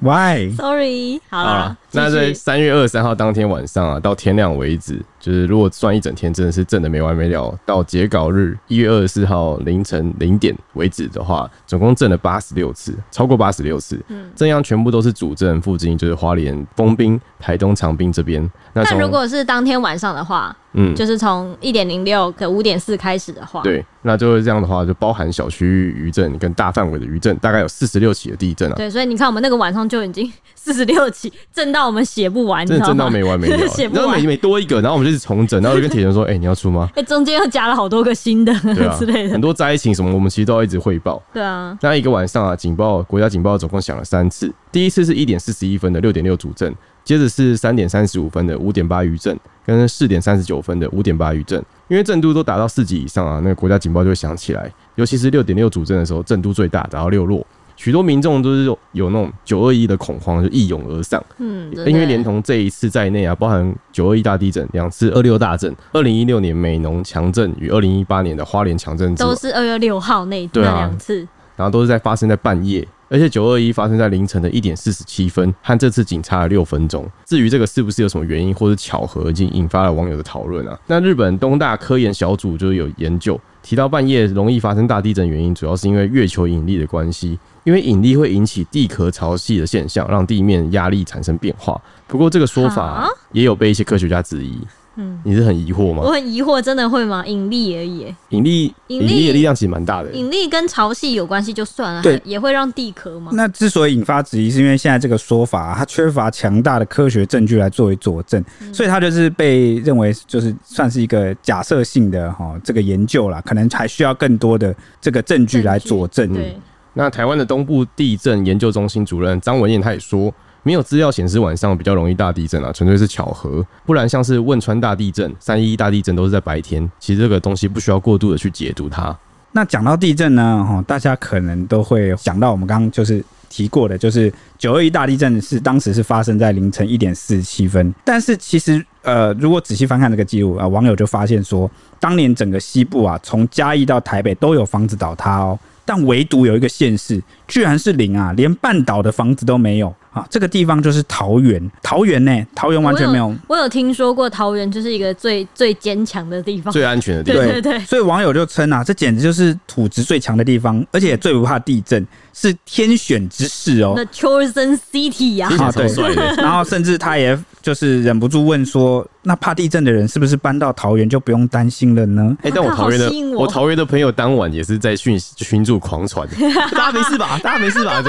[SPEAKER 1] Why？
[SPEAKER 2] Sorry，好
[SPEAKER 3] 好了
[SPEAKER 2] 了，，
[SPEAKER 3] 那
[SPEAKER 2] 啊继续
[SPEAKER 3] 在三月二十三号当天晚上啊，到天亮为止，就是如果算一整天，真的是震的没完没了。到截稿日一月二十四号凌晨零点为止的话，总共震了八十六次，超过八十六次。嗯，震央全部都是主震附近，就是花莲、丰滨、台东、长滨这边。那
[SPEAKER 2] 但
[SPEAKER 3] 从
[SPEAKER 2] 如果是当天晚上的话，
[SPEAKER 3] 嗯
[SPEAKER 2] 就是从一点零六可五点四开始的话，，
[SPEAKER 3] 对，那就是这样的话，就包含小区域余震跟大范围的余震，大概有四十六起的地震啊，
[SPEAKER 2] 对，所以你看我们那个晚上就已经 四十六起，震到我们写不完，你
[SPEAKER 3] 真
[SPEAKER 2] 知
[SPEAKER 3] 的
[SPEAKER 2] 道
[SPEAKER 3] 震到
[SPEAKER 2] 吗？
[SPEAKER 3] 没完没 了。
[SPEAKER 2] 写不
[SPEAKER 3] 然后
[SPEAKER 2] 完
[SPEAKER 3] 每每多一个，然后我们就是重整，然后我就跟铁拳说：“哎、你要出 吗？”
[SPEAKER 2] 哎、中间又加了好多个新的、
[SPEAKER 3] 对 啊
[SPEAKER 2] 之类，的
[SPEAKER 3] 很，多灾情什么，我们其实都要一直汇报。
[SPEAKER 2] 对啊，
[SPEAKER 3] 那一个晚上啊，警报国家警报总共响了三次，第一次是一点四十一分的六点六主震，接着是三点三十五分的五点八余震，跟四点三十九分的五点八余震。因为震度都达到四级以上啊，那个国家警报就会响起来。尤其是六点六主震的时候，震度最大，达到六弱。许多民众都是有有那种九二一的恐慌，就一涌而上。
[SPEAKER 2] 嗯，真的
[SPEAKER 3] 因为连同这一次在内啊，包含九二一大地震、两次二六大震、二零一六年美浓强震与二零一八年的花莲强震之
[SPEAKER 2] 都是二月六号那那
[SPEAKER 3] 对啊
[SPEAKER 2] 两次，
[SPEAKER 3] 然后都是在发生在半夜，而且九二一发生在凌晨的一点四十七分，和这次仅差了六分钟。至于这个是不是有什么原因或是巧合，已经引发了网友的讨论啊。那日本东大科研小组就是有研究提到，半夜容易发生大地震原因，主要是因为月球引力的关系。因为引力会引起地壳潮汐的现象，让地面压力产生变化。不过这个说法
[SPEAKER 2] 啊
[SPEAKER 3] 也有被一些科学家质疑。
[SPEAKER 2] 嗯
[SPEAKER 3] 你是很疑惑
[SPEAKER 2] 我
[SPEAKER 3] 吗？
[SPEAKER 2] 很疑惑，真的会吗？引力而已耶，
[SPEAKER 3] 引力
[SPEAKER 2] 引
[SPEAKER 3] 引
[SPEAKER 2] 力
[SPEAKER 3] 力的力量其实蛮大的。
[SPEAKER 2] 引力跟潮汐有关系就算了，
[SPEAKER 1] 对
[SPEAKER 2] 还也会让地壳吗？
[SPEAKER 1] 那之所以引发质疑，是因为现在这个说法啊、它缺乏强大的科学证据来作为佐证，所以它就是被认为就是算是一个假设性的哈、这个研究啦，可能还需要更多的这个证据来佐证。
[SPEAKER 2] 对，
[SPEAKER 3] 那台湾的东部地震研究中心主任张文燕他也说，没有资料显示晚上比较容易大地震啊，纯粹是巧合。不然像是汶川大地震、三一一大地震都是在白天，其实这个东西不需要过度的去解读它。
[SPEAKER 1] 那讲到地震呢，哈、大家可能都会想到我们刚刚就是提过的，就是九二一大地震是当时是发生在凌晨一点四十七分，但是其实呃，如果仔细翻看这个记录啊、网友就发现说，当年整个西部啊，从嘉义到台北都有房子倒塌哦。但唯独有一个县市，居然是零啊，连半岛的房子都没有啊！这个地方就是桃园，桃园呢、桃园完全没有
[SPEAKER 2] 我有听说过桃园就是一个最最坚强的地方，
[SPEAKER 3] 最安全的地
[SPEAKER 2] 哦对对
[SPEAKER 3] 方，
[SPEAKER 2] 对
[SPEAKER 1] 所以网友就称啊，这简直就是土质最强的地方，而且也最不怕地震，是天选之势哦。
[SPEAKER 2] The Chosen City 呀、
[SPEAKER 3] 听起来
[SPEAKER 1] 啊
[SPEAKER 3] 超
[SPEAKER 1] 对
[SPEAKER 3] 帅的。
[SPEAKER 1] 然后甚至他也就是忍不住问说，那怕地震的人是不是搬到桃园就不用担心了呢？
[SPEAKER 3] 哎、但我
[SPEAKER 2] 哇
[SPEAKER 3] 桃园
[SPEAKER 2] 好
[SPEAKER 3] 的
[SPEAKER 2] 吸引
[SPEAKER 3] 我
[SPEAKER 2] 我
[SPEAKER 3] 桃园的朋友当晚也是在群群主狂 传，大家没事吧？大家没事吧？这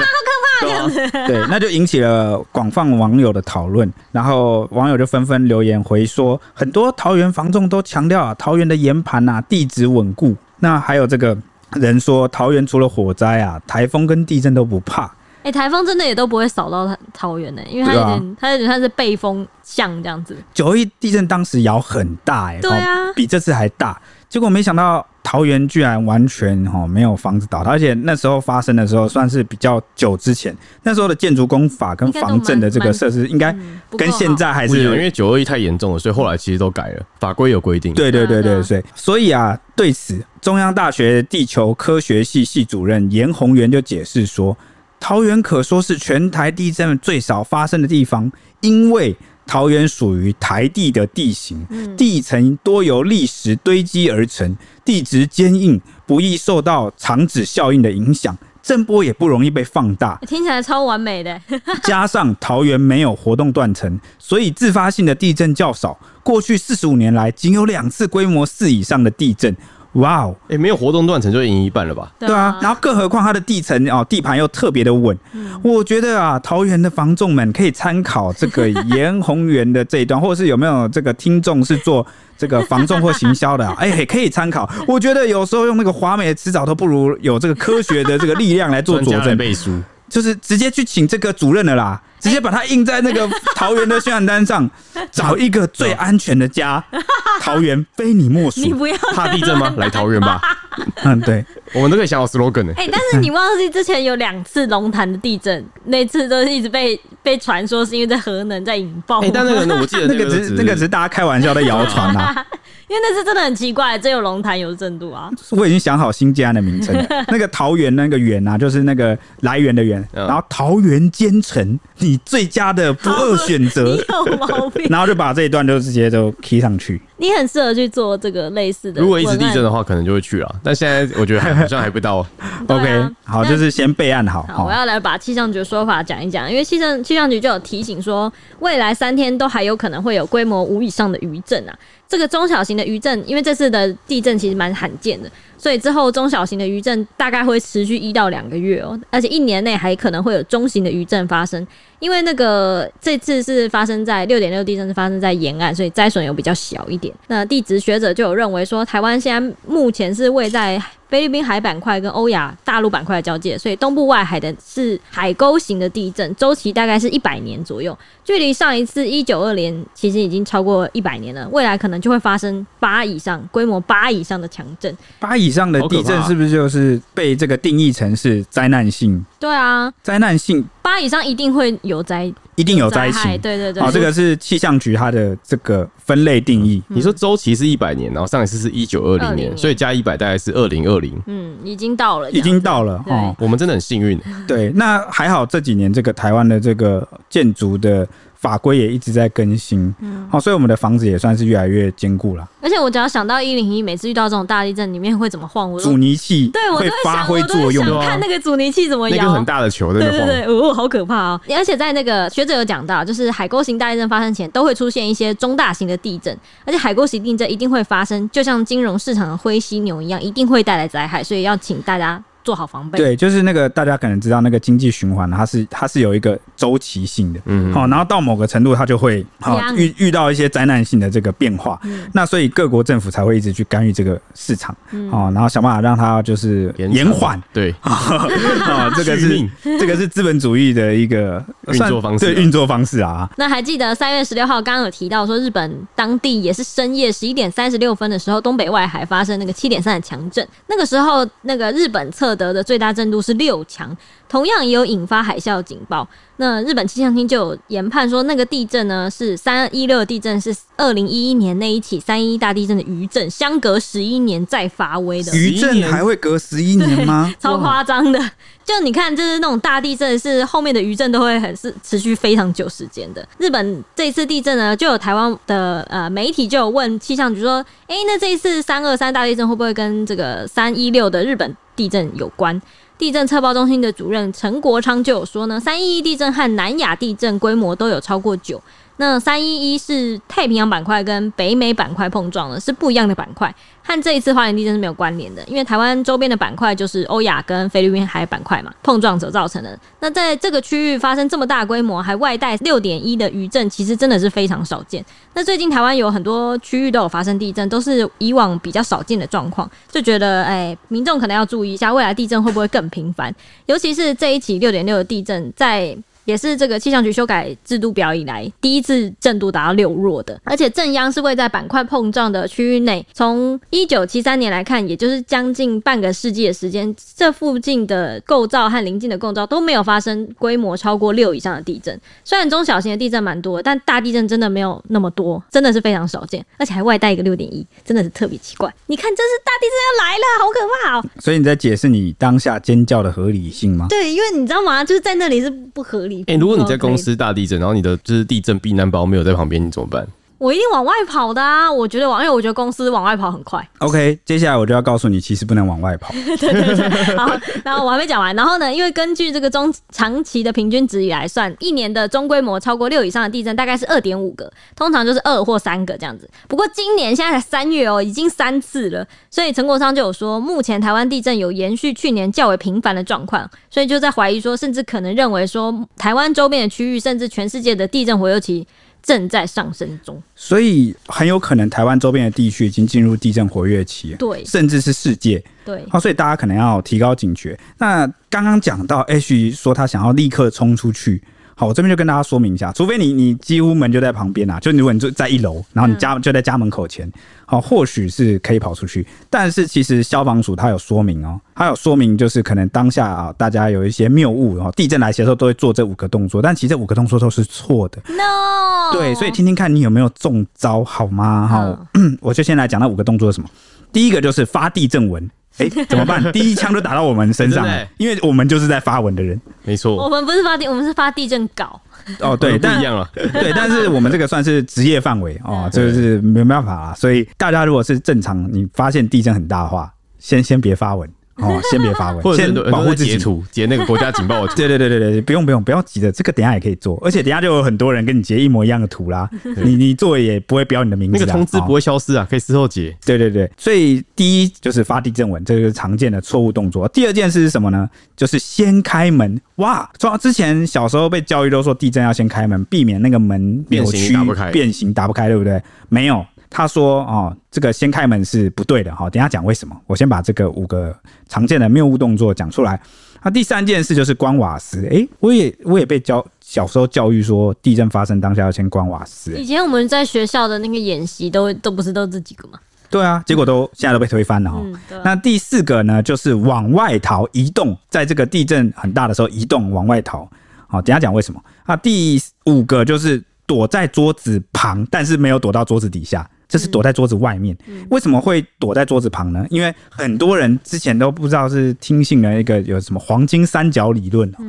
[SPEAKER 3] 样对啊
[SPEAKER 1] 对，那就引起了广泛网友的讨论，然后网友就纷纷留言回说，很多桃园房仲都强调啊，桃园的岩盘呐、地质稳固，那还有这个人说，桃园除了火灾啊、台风跟地震都不怕。
[SPEAKER 2] 哎、台风真的也都不会扫到它桃园呢、因为它有
[SPEAKER 1] 对啊
[SPEAKER 2] 点，它有点像是背风向这样子。
[SPEAKER 1] 九一地震当时摇很大、欸，
[SPEAKER 2] 对啊
[SPEAKER 1] 哦比这次还大。结果没想到桃园居然完全哦没有房子倒塌，而且那时候发生的时候算是比较久之前，那时候的建筑工法跟防震的这个设施应该
[SPEAKER 2] 嗯，不够
[SPEAKER 1] 跟现
[SPEAKER 2] 好
[SPEAKER 1] 在还
[SPEAKER 3] 不一
[SPEAKER 1] 是
[SPEAKER 3] 样因为九二一太严重了，所以后来其实都改了，法规有规定。
[SPEAKER 1] 对对对
[SPEAKER 2] 对啊
[SPEAKER 1] 对，所以所以啊，对此，中央大学地球科学系系主任严宏源就解释说，桃园可说是全台地震最少发生的地方，因为桃园属于台地的地形，地层多由砾石堆积而成，地质坚硬，不易受到长指效应的影响。震波也不容易被放大，
[SPEAKER 2] 听起来超完美的、
[SPEAKER 1] 加上桃园没有活动断层，所以自发性的地震较少。过去四十五年来，仅有两次规模四以上的地震。哇哦，
[SPEAKER 3] 哎、没有活动断层就赢一半了吧？
[SPEAKER 1] 对啊，然后更何况它的地层哦，地盘又特别的稳。我觉得啊，桃园的房仲们可以参考这个盐红园的这一段，或者是有没有这个听众是做这个房仲或行销 的、啊，哎、也可以参考。我觉得有时候用那个华美的词藻都不如有这个科学的这个力量来做佐
[SPEAKER 3] 专家来
[SPEAKER 1] 证，
[SPEAKER 3] 背书，
[SPEAKER 1] 就是直接去请这个主任的
[SPEAKER 2] 哎
[SPEAKER 1] 啦，直接把它印在那 个桃园的宣传单上，找一个最安全的 家，桃园非你莫
[SPEAKER 2] 你
[SPEAKER 1] 属。
[SPEAKER 2] 不要
[SPEAKER 3] 怕地震吗？来桃 园吧，
[SPEAKER 1] 嗯，对。
[SPEAKER 3] 我们都可以想好 slogan 呢、
[SPEAKER 2] 哎、但是你忘记之前有两次龙潭的地震，那次都是一直被被传说是因为在核能在引爆，
[SPEAKER 3] 哎、但那个呢，我记得
[SPEAKER 1] 哦那
[SPEAKER 3] 那
[SPEAKER 1] 个
[SPEAKER 3] 个
[SPEAKER 1] 只是那个只是大家开玩笑在谣传啊啦。
[SPEAKER 2] 因为那次真的很奇怪，只有龙潭有震度啊，
[SPEAKER 1] 我已经想好新家的名称了， 那个桃园那个园啊，就是那个来源的源，
[SPEAKER 3] 嗯
[SPEAKER 1] 然后桃园坚城，你最佳的不二选
[SPEAKER 2] 你
[SPEAKER 3] 呃
[SPEAKER 1] 择，
[SPEAKER 2] 有毛病，
[SPEAKER 1] 然后就把这一段就直接就 key 上去。
[SPEAKER 2] 你很适合去做这个类似的文案。
[SPEAKER 3] 如果一直地震的话，可能就会去了。但现在我觉得还好像还不到，哦
[SPEAKER 1] 嗯
[SPEAKER 2] 对啊
[SPEAKER 1] OK，好，
[SPEAKER 2] 那
[SPEAKER 1] 就是先备案好。哦
[SPEAKER 2] 好，我
[SPEAKER 1] 好，
[SPEAKER 2] 要来把气象局的说法讲一讲，因为气象气象局就有提醒说，未来三天都还有可能会有规模五以上的余震啊。这个中小型的余震，因为这次的地震其实蛮罕见的，所以之后中小型的余震大概会持续一到两个月哦，而且一年内还可能会有中型的余震发生。因为那个这次是发生在六点六地震是发生在沿岸，所以灾损有比较小一点。那地质学者就有认为说，台湾现在目前是位在菲律宾海板块跟欧亚大陆板块的交界，所以东部外海的是海沟型的地震，周期大概是一百年左右，距离上一次一九二零其实已经超过一百年了。未来可能就会发生八以上规模八以上的强震。
[SPEAKER 1] 八以上的地震
[SPEAKER 3] 好可怕啊
[SPEAKER 1] 是不是就是被这个定义成是灾难性？
[SPEAKER 2] 对啊，
[SPEAKER 1] 灾难性
[SPEAKER 2] 八以上一定会有灾
[SPEAKER 1] 一定有灾
[SPEAKER 2] 害，
[SPEAKER 1] 情。哦
[SPEAKER 2] 对对对，
[SPEAKER 1] 好，这个是气象局它的这个分类定义。
[SPEAKER 3] 你说周期是一百年，然后上一次是一九二
[SPEAKER 2] 20
[SPEAKER 3] 零
[SPEAKER 2] 年
[SPEAKER 3] 年，所以加一百大概是二零二零。
[SPEAKER 2] 嗯已经到了这
[SPEAKER 1] 已
[SPEAKER 2] 样，
[SPEAKER 1] 经到了
[SPEAKER 2] 对
[SPEAKER 1] 哦，
[SPEAKER 3] 我们真的很幸运，
[SPEAKER 1] 对，那还好这几年这个台湾的这个建筑的法规也一直在更新，哦
[SPEAKER 2] 嗯
[SPEAKER 1] 好、所以我们的房子也算是越来越坚固了。
[SPEAKER 2] 而且我只要想到一零一，每次遇到这种大地震，里面会怎么晃，我都
[SPEAKER 1] 阻尼器
[SPEAKER 2] 对我都
[SPEAKER 1] 会
[SPEAKER 2] 会
[SPEAKER 1] 发
[SPEAKER 2] 想，
[SPEAKER 1] 挥
[SPEAKER 2] 我都
[SPEAKER 1] 作
[SPEAKER 2] 会
[SPEAKER 1] 用，
[SPEAKER 2] 想看那个阻尼器怎么
[SPEAKER 3] 那
[SPEAKER 2] 摇
[SPEAKER 3] 个。很大的球在
[SPEAKER 2] 对
[SPEAKER 3] 那
[SPEAKER 2] 对
[SPEAKER 3] 晃，
[SPEAKER 2] 对，哦，好可怕哦！而且在那个学者有讲到，就是海沟型大地震发生前，都会出现一些中大型的地震，而且海沟型地震一定会发生，就像金融市场的灰犀牛一样，一定会带来灾害，所以要请大家做好防备。
[SPEAKER 1] 对，就是那个大家可能知道那个经济循环，它是它是有一个周期性的，
[SPEAKER 3] 嗯
[SPEAKER 1] 好、然后到某个程度它就会好、
[SPEAKER 2] 量
[SPEAKER 1] 遇遇到一些灾难性的这个变化，
[SPEAKER 2] 嗯
[SPEAKER 1] 那所以各国政府才会一直去干预这个市场，
[SPEAKER 2] 嗯
[SPEAKER 1] 好、然后想办法让它就是
[SPEAKER 3] 延
[SPEAKER 1] 延 缓，
[SPEAKER 3] 对，
[SPEAKER 1] 啊，这个
[SPEAKER 3] 续
[SPEAKER 1] 是
[SPEAKER 3] 命
[SPEAKER 1] 这个是资本主义的一个
[SPEAKER 3] 运
[SPEAKER 1] 算
[SPEAKER 3] 作方式啊
[SPEAKER 1] 对运作方式啊。
[SPEAKER 2] 那还记得三月十六号，刚刚有提到说，日本当地也是深夜十一点三十六分的时候，东北外海发生那个七点三的强震。那个时候，那个日本测得的最大震度是六强，同样也有引发海啸警报。那日本气象厅就有研判说，那个地震呢是三一六地震，是二零一一年那一起三一大地震的余震，相隔十一年再发威的。
[SPEAKER 1] 余震
[SPEAKER 3] 年
[SPEAKER 1] 还会隔十一年吗？
[SPEAKER 2] 超夸张的。就你看，就是那种大地震，是后面的余震都会很是持续非常久时间的。日本这一次地震呢，就有台湾的呃媒体就有问气象局说，诶，那这一次三二三大地震会不会跟这个三一六的日本地震有关？地震测报中心的主任陈国昌就有说呢，三一一地震和南亚地震规模都有超过九。那三一一是太平洋板块跟北美板块碰撞的，是不一样的板块。和这一次花莲地震是没有关联的，因为台湾周边的板块就是欧亚跟菲律宾海板块嘛，碰撞所造成的。那在这个区域发生这么大规模，还外带六点一的余震，其实真的是非常少见。那最近台湾有很多区域都有发生地震，都是以往比较少见的状况，就觉得哎，民众可能要注意一下，未来地震会不会更频繁？尤其是这一起六点六的地震，在也是这个气象局修改制度表以来第一次震度达到六弱的，而且正央是位在板块碰撞的区域内。从一九七三年来看，也就是将近半个世纪的时间，这附近的构造和邻近的构造都没有发生规模超过六以上的地震。虽然中小型的地震蛮多，但大地震真的没有那么多，真的是非常少见，而且还外带一个六点一，真的是特别奇怪。你看，真是大地震要来了，好可怕哦！
[SPEAKER 1] 所以你在解释你当下尖叫的合理性吗？
[SPEAKER 2] 对，因为你知道吗？就是在那里是不合理。
[SPEAKER 3] 哎、如果你在公
[SPEAKER 2] 不 OK 的
[SPEAKER 3] 司大地震，然后你的就是地震避难包没有在旁边，你怎么办？
[SPEAKER 2] 我一定往外跑的啊！我觉得往，因为我觉得公司往外跑很快。
[SPEAKER 1] OK，接下来我就要告诉你，其实不能往外跑。
[SPEAKER 2] 好，然后我还没讲完。然后呢，因为根据这个中长期的平均值以来算，一年的中规模超过六以上的地震大概是二点五个，通常就是二或三个这样子。不过今年现在才三月哦，已经三次了，所以陈国昌就有说，目前台湾地震有延续去年较为频繁的状况，所以就在怀疑说，甚至可能认为说，台湾周边的区域甚至全世界的地震活跃期正在上升中。
[SPEAKER 1] 所以很有可能台湾周边的地区已经进入地震活跃期了，
[SPEAKER 2] 对
[SPEAKER 1] 甚至是世界。
[SPEAKER 2] 对，
[SPEAKER 1] 好、所以大家可能要提高警觉。那刚刚讲到 H 说他想要立刻冲出去，好，我这边就跟大家说明一下，除非你你几乎门就在旁边啊，就如果你就在一楼，然后你
[SPEAKER 2] 嗯
[SPEAKER 1] 家、就在家门口前，好，或许是可以跑出去。但是其实消防署它有说明哦，它有说明就是可能当下啊大家有一些谬误哦，地震来袭的时候都会做这五个动作，但其实这五个动作都是错的。
[SPEAKER 2] No，
[SPEAKER 1] 对，所以听听看你有没有中招好吗？哈、我就先来讲那五个动作是什么。第一个就是发地震文，哎、怎么办？第一枪就打到我们身上
[SPEAKER 3] 真的
[SPEAKER 1] 了
[SPEAKER 3] 欸，
[SPEAKER 1] 因为我们就是在发文的人。
[SPEAKER 3] 没
[SPEAKER 2] 我
[SPEAKER 3] 错，
[SPEAKER 2] 们不是发地，我们是发地震稿。
[SPEAKER 1] 哦，对，
[SPEAKER 3] 不
[SPEAKER 1] 但
[SPEAKER 3] 一样了。
[SPEAKER 1] 对，但是我们这个算是职业范围哦，这个是没办法啦。所以大家如果是正常，你发现地震很大的话，先先别发文哦，先别发
[SPEAKER 3] 或
[SPEAKER 1] 文，
[SPEAKER 3] 者
[SPEAKER 1] 先
[SPEAKER 3] 是很多很
[SPEAKER 1] 保
[SPEAKER 3] 多
[SPEAKER 1] 护
[SPEAKER 3] 会
[SPEAKER 1] 自己
[SPEAKER 3] 截。图，截那个国家警 报的图。
[SPEAKER 1] 对对对对对，不用不用，不要急着，这个等一下也可以做，而且等一下就有很多人跟你截一模一样的图啦，你你做也不会标你的名字
[SPEAKER 3] 那
[SPEAKER 1] 啊，
[SPEAKER 3] 个通知
[SPEAKER 1] 哦
[SPEAKER 3] 不会消失啊，可以事后截。
[SPEAKER 1] 对对对，所以第一就是发地震文，这就是常见的错误动作。第二件事是什么呢？就是先开门。哇，从之前小时候被教育都说地震要先开门，避免那个门扭曲
[SPEAKER 3] 变形打不开
[SPEAKER 1] 变形打不开，对不对？没有，他说哦，这个先开门是不对的哈、等一下讲为什么。我先把这个五个常见的谬误动作讲出来。那第三件事就是关瓦斯。诶、我也我也被教小时候教育说，地震发生当下要先关瓦斯、诶
[SPEAKER 2] 以前我们在学校的那个演习都都不是都这几个嘛？
[SPEAKER 1] 对啊，结果都现在都被推翻了哈、
[SPEAKER 2] 嗯对啊
[SPEAKER 1] 那第四个呢，就是往外逃，移动，在这个地震很大的时候移动往外逃。好、等一下讲为什么。啊，第五个就是躲在桌子旁，但是没有躲到桌子底下。这是躲在桌子外面、为什么会躲在桌子旁呢？因为很多人之前都不知道是听信了一个有什么黄金三角理论、哦，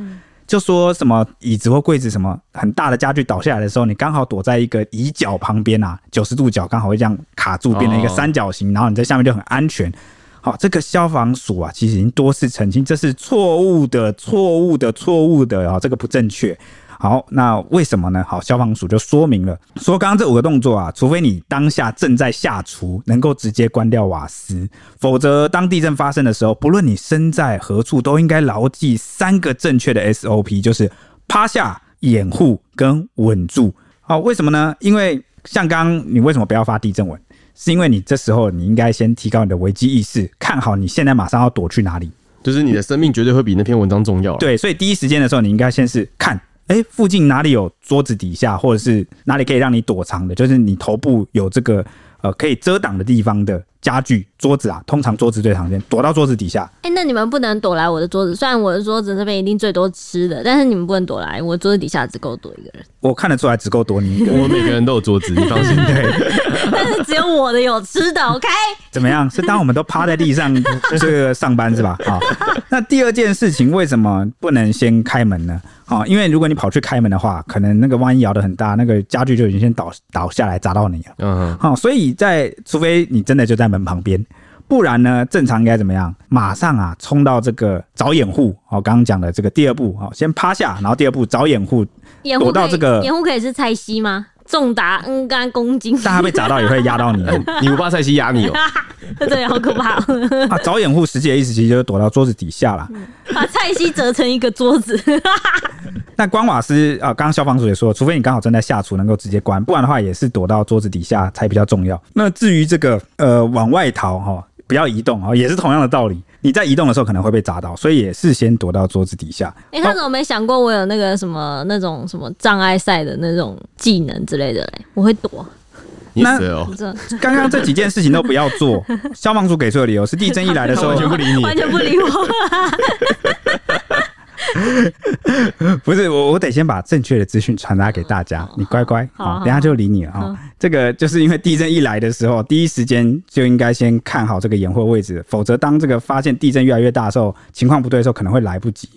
[SPEAKER 1] 就说什么椅子或柜子什么很大的家具倒下来的时候，你刚好躲在一个椅角旁边啊，九十度角刚好会这样卡住，变成一个
[SPEAKER 3] 哦
[SPEAKER 1] 三角形，然后你在下面就很安全。好，这个消防署啊，其实已经多次澄清，这是错误的、错误的、错误的啊、这个不正确。好，那为什么呢？好，消防署就说明了，说刚刚这五个动作啊，除非你当下正在下厨，能够直接关掉瓦斯，否则当地震发生的时候，不论你身在何处，都应该牢记三个正确的 SOP，就是趴下、掩护跟稳住。好，为什么呢？因为像刚刚你为什么不要发地震文？是因为你这时候你应该先提高你的危机意识，看好你现在马上要躲去哪里。
[SPEAKER 3] 就是你的生命绝对会比那篇文章重要。，啊
[SPEAKER 1] 对，所以第一时间的时候，你应该先是看，哎、附近哪里有桌子底下，或者是哪里可以让你躲藏的，就是你头部有这个呃可以遮挡的地方的家具、桌子啊，通常桌子最常见，躲到桌子底下。
[SPEAKER 2] 哎、那你们不能躲来我的桌子，虽然我的桌子这边一定最多吃的，但是你们不能躲来，我桌子底下只够躲一个人，
[SPEAKER 1] 我看得出来，只够躲你一个
[SPEAKER 3] 我。们每个人都有桌子，你放心。
[SPEAKER 2] 但是只有我的有吃的，OK？
[SPEAKER 1] 怎么样？是当我们都趴在地上这个上班是吧？好，那第二件事情为什么不能先开门呢？好，因为如果你跑去开门的话，可能那个万一摇得很大，那个家具就已经先倒倒下来砸到你了。
[SPEAKER 3] 嗯哼，
[SPEAKER 1] 好，所以在除非你真的就在门旁边，不然呢，正常应该怎么样？马上啊，冲到这个找掩护。哦，刚刚讲的这个第二步，哦，先趴下，然后第二步找掩护，
[SPEAKER 2] 掩护
[SPEAKER 1] 躲到
[SPEAKER 2] 可以
[SPEAKER 1] 这个
[SPEAKER 2] 掩护可以是菜西吗？重达 N 干公斤，
[SPEAKER 1] 但他被砸到也会压到你哦。
[SPEAKER 3] 你不怕蔡西压你哦？
[SPEAKER 2] 对，好可怕 哦，
[SPEAKER 1] 啊，找掩护实际的意思其实就是躲到桌子底下啦。
[SPEAKER 2] 把菜西折成一个桌 子，
[SPEAKER 1] 那关瓦斯啊，刚刚消防署也说，除非你刚好正在下厨，能够直接关，不然的话也是躲到桌子底下才比较重要。那至于这个呃往外逃哈、不要移动哈、哦也是同样的道理。你在移动的时候可能会被砸到，所以也是先躲到桌子底下。
[SPEAKER 2] 哎、他怎么没想过我有那个什么那种什么障碍赛的那种技能之类的嘞？我会躲，
[SPEAKER 1] 哦
[SPEAKER 3] 你
[SPEAKER 1] 那
[SPEAKER 3] 死了哦
[SPEAKER 2] 我，真的
[SPEAKER 1] 刚刚这几件事情都不要做，消防署给出的理由是地震一来的时
[SPEAKER 3] 他
[SPEAKER 1] 候
[SPEAKER 3] 完全不理你。
[SPEAKER 2] 完全不理我。
[SPEAKER 1] 不是我，我得先把正确的资讯传达给大家。你乖乖，
[SPEAKER 2] 好好
[SPEAKER 1] 好，等一下就理你了啊、哦。这个就是因为地震一来的时候，第一时间就应该先看好这个掩护位置，否则当这个发现地震越来越大的时候，情况不对的时候，可能会来不及。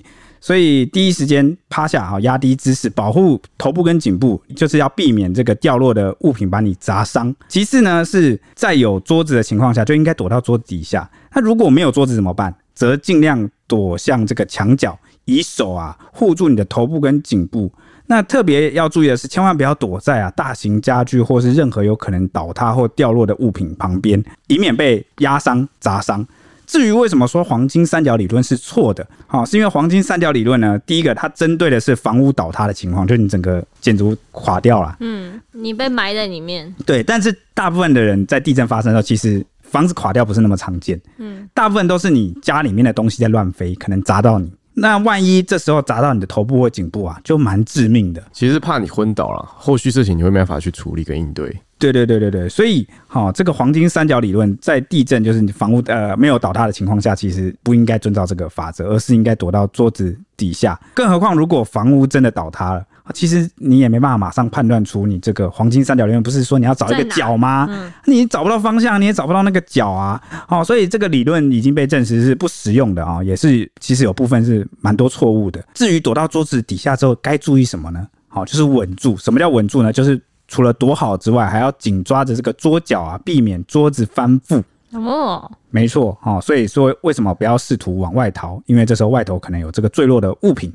[SPEAKER 1] 所以第一时间趴下哈，压低姿势，保护头部跟颈部，就是要避免这个掉落的物品把你砸伤。其次呢，是在有桌子的情况下，就应该躲到桌子底下。那如果没有桌子怎么办？则尽量躲向这个墙角，以手啊护住你的头部跟颈部。那特别要注意的是，千万不要躲在啊大型家具或是任何有可能倒塌或掉落的物品旁边，以免被压伤、砸伤。至于为什么说黄金三角理论是错的，好、是因为黄金三角理论呢，第一个它针对的是房屋倒塌的情况，就是你整个建筑垮掉了，
[SPEAKER 2] 嗯，你被埋在里面，
[SPEAKER 1] 对，但是大部分的人在地震发生的时候，其实房子垮掉不是那么常见，
[SPEAKER 2] 嗯，
[SPEAKER 1] 大部分都是你家里面的东西在乱飞，可能砸到你。那万一这时候砸到你的头部或颈部啊，就蛮致命的。
[SPEAKER 3] 其实怕你昏倒了，后续事情你会没办法去处理跟应对。
[SPEAKER 1] 对对对对对，所以好、这个黄金三角理论在地震就是你房屋呃没有倒塌的情况下，其实不应该遵照这个法则，而是应该躲到桌子底下。更何况如果房屋真的倒塌了。其实你也没办法马上判断出你这个黄金三角理论，不是说你要找一个
[SPEAKER 2] 在哪
[SPEAKER 1] 角吗？
[SPEAKER 2] 嗯
[SPEAKER 1] 你找不到方向，你也找不到那个角啊。哦，所以这个理论已经被证实是不实用的啊、也是其实有部分是蛮多错误的。至于躲到桌子底下之后该注意什么呢？好、就是稳住。什么叫稳住呢？就是除了躲好之外，还要紧抓着这个桌角啊，避免桌子翻覆。
[SPEAKER 2] 哦，
[SPEAKER 1] 没错，哦，所以说为什么不要试图往外逃？因为这时候外头可能有这个坠落的物品。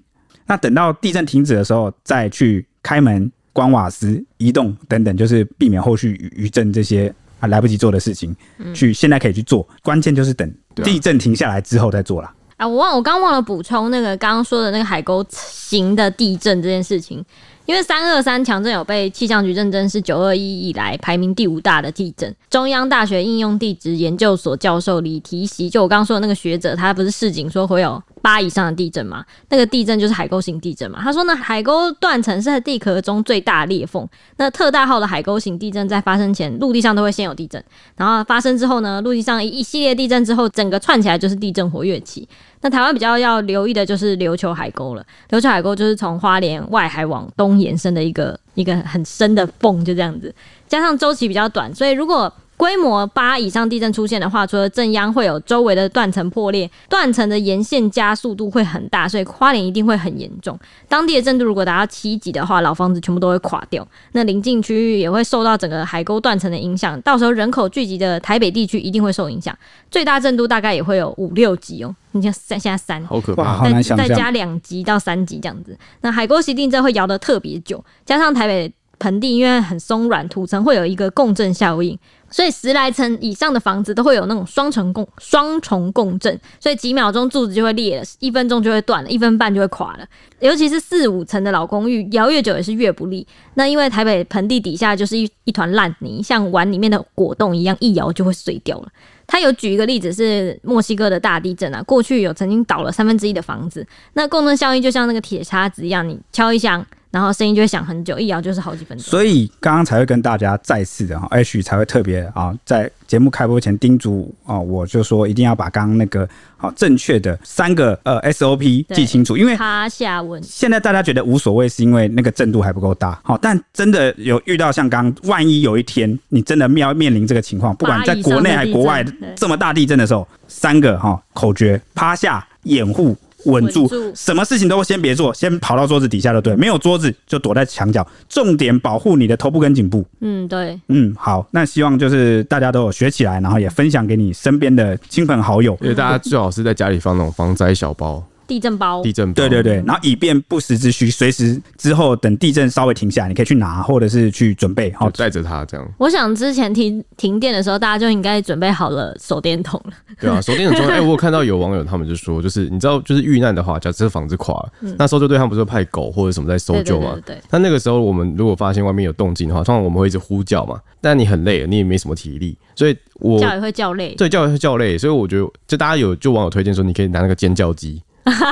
[SPEAKER 1] 那等到地震停止的时候，再去开门、关瓦斯、移动等等，就是避免后续余余震这些啊来不及做的事情，去现在可以去做。关键就是等
[SPEAKER 3] 对啊
[SPEAKER 1] 地震停下来之后再做啦。
[SPEAKER 2] 啊，我忘，我刚忘了补充那个刚刚说的那个海沟型的地震这件事情，因为三二三强震有被气象局认证是九二一以来排名第五大的地震。中央大学应用地质研究所教授李提席，就我刚刚说的那个学者，他不是市警说会有八以上的地震嘛？那个地震就是海沟型地震嘛。他说呢，海沟断层是地壳中最大裂缝。那特大号的海沟型地震在发生前，陆地上都会先有地震，然后发生之后呢，陆地上一一系列地震之后，整个串起来就是地震活跃期。那台湾比较要留意的就是琉球海沟了。琉球海沟就是从花莲外海往东延伸的一个一个很深的缝，就这样子。加上周期比较短，所以如果规模八以上地震出现的话，除了震央会有周围的断层破裂，断层的沿线加速度会很大，所以花莲一定会很严重。当地的震度如果达到七级的话，老房子全部都会垮掉。那临近区域也会受到整个海沟断层的影响，到时候人口聚集的台北地区一定会受影响，最大震度大概也会有五六级哦。你像三现在三，
[SPEAKER 3] 好可
[SPEAKER 1] 哇，
[SPEAKER 3] 怕！
[SPEAKER 1] 好难想
[SPEAKER 2] 再再
[SPEAKER 1] 象。
[SPEAKER 2] 加两级到三级这样子。那海沟席地震会摇得特别久，加上台北盆地因为很松软，土层会有一个共振效应，所以十来层以上的房子都会有那种双重共双重共振，所以几秒钟柱子就会裂了，一分钟就会断了，一分半就会垮了。尤其是四五层的老公寓，摇越久也是越不利。那因为台北盆地底下就是一一团烂泥，像碗里面的果冻一样，一摇就会碎掉了。他有举一个例子是墨西哥的大地震啊，过去有曾经倒了三分之一的房子，那共振效应就像那个铁叉子一样，你敲一响，然后声音就会响很久，一摇就是好几分钟。
[SPEAKER 1] 所以刚刚才会跟大家再次的哈，H 哦才会特别啊，在节目开播前叮嘱啊，我就说一定要把刚刚那个好正确的三个呃 SOP
[SPEAKER 2] 对
[SPEAKER 1] 记清楚，因为
[SPEAKER 2] 趴下稳，
[SPEAKER 1] 现在大家觉得无所谓，是因为那个震度还不够大。好，但真的有遇到像刚，万一有一天你真的面面临这个情况，不管在国内还是国外
[SPEAKER 2] 八以上的地震对
[SPEAKER 1] 这么大地震的时候，三个哈口诀：趴下、掩护、稳住
[SPEAKER 2] 稳住。
[SPEAKER 1] 什么事情都先别做，先跑到桌子底下就对。没有桌子就躲在墙角，重点保护你的头部跟颈部。
[SPEAKER 2] 嗯，对，
[SPEAKER 1] 嗯，好，那希望就是大家都有学起来，然后也分享给你身边的亲朋好友。
[SPEAKER 3] 而且大家最好是在家里放那种防灾小包、
[SPEAKER 2] 地震包
[SPEAKER 3] 地，震包。
[SPEAKER 1] 对对对，然后以便不时之需，随时之后等地震稍微停下来，你可以去拿，或者是去准备。哦好、
[SPEAKER 3] 就带着它这样，
[SPEAKER 2] 我想之前停停电的时候，大家就应该准备好了手电筒了。
[SPEAKER 3] 对啊，手电很重要。哎、我有看到有网友他们就说，就是你知道，就是遇难的话，假设房子垮了，那搜救队他们不是会派狗或者什么在搜
[SPEAKER 2] 对对
[SPEAKER 3] 救吗？
[SPEAKER 2] 嗯对对，
[SPEAKER 3] 那那个时候，我们如果发现外面有动静的话，通常我们会一直呼叫嘛。但你很累了，你也没什么体力，所以我
[SPEAKER 2] 对叫也会叫累。
[SPEAKER 3] 对叫叫累，所以我觉得就大家有就网友推荐说，你可以拿那个尖叫机，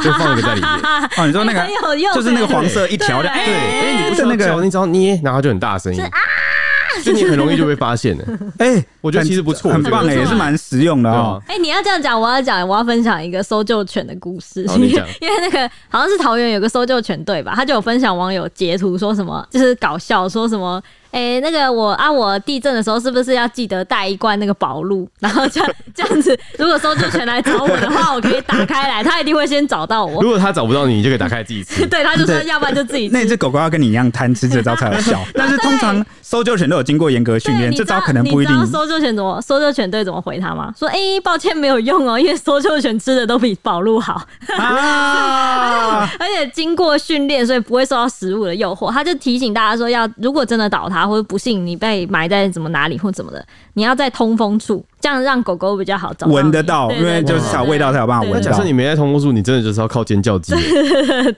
[SPEAKER 3] 就放一个在里面。
[SPEAKER 1] 哦，你说那个
[SPEAKER 2] 哎很有用，
[SPEAKER 1] 就是那个黄色一条的，
[SPEAKER 3] 对，
[SPEAKER 1] 哎
[SPEAKER 3] 因为你不是
[SPEAKER 1] 那
[SPEAKER 3] 那
[SPEAKER 1] 个啊
[SPEAKER 3] 个，你只要捏，然后就很大声音， 就你很容易就被 发现欸了。
[SPEAKER 1] 哎，
[SPEAKER 3] 我觉得其实不错，
[SPEAKER 1] 很
[SPEAKER 3] 这个
[SPEAKER 1] 棒哎，
[SPEAKER 2] 不错
[SPEAKER 1] 也是蛮实用的
[SPEAKER 3] 对
[SPEAKER 1] 哦
[SPEAKER 3] 啊。
[SPEAKER 2] 哎、你要这样讲，我要讲，我要分享一个搜救犬的故事，
[SPEAKER 1] 哦
[SPEAKER 3] 好
[SPEAKER 2] 因为
[SPEAKER 3] 你讲
[SPEAKER 2] 因为那个好像是桃园有个搜救犬队吧，他就有分享网友截图说什么，就是搞笑说什么，哎、哎、那个我啊，我地震的时候是不是要记得带一罐那个宝露？然后这样这样子，如果搜救犬来找我的话，我可以打开来，他一定会先找到我
[SPEAKER 3] 如。果他找不到你，你就可以打开自 己吃。
[SPEAKER 2] 对，他就说，要不然就自己
[SPEAKER 1] 那
[SPEAKER 2] 吃。
[SPEAKER 1] 只狗狗要跟你一样贪吃这招才有 效，但是通常搜救犬都有经过严格训
[SPEAKER 2] 对，
[SPEAKER 1] 练，
[SPEAKER 2] 你
[SPEAKER 1] 这
[SPEAKER 2] 知道
[SPEAKER 1] 招可能不一定
[SPEAKER 2] 你。知道搜救犬怎么搜救犬队怎么回他吗？说哎、抱歉没有用哦，因为搜救犬吃的都比宝路好，
[SPEAKER 1] 啊！
[SPEAKER 2] 而且经过训练，所以不会受到食物的诱惑。他就提醒大家说要，如果真的倒塌或者不幸你被埋在怎么哪里或怎么的，你要在通风处，这样让狗狗比较好找
[SPEAKER 1] 闻
[SPEAKER 2] 你
[SPEAKER 1] 得到，
[SPEAKER 2] 对
[SPEAKER 1] 因
[SPEAKER 2] 对
[SPEAKER 1] 为
[SPEAKER 2] 对
[SPEAKER 1] 就是少味道才有办法
[SPEAKER 3] 那
[SPEAKER 1] 闻
[SPEAKER 3] 假
[SPEAKER 1] 到
[SPEAKER 3] 设。你没在通风处，你真的就是要靠尖叫机。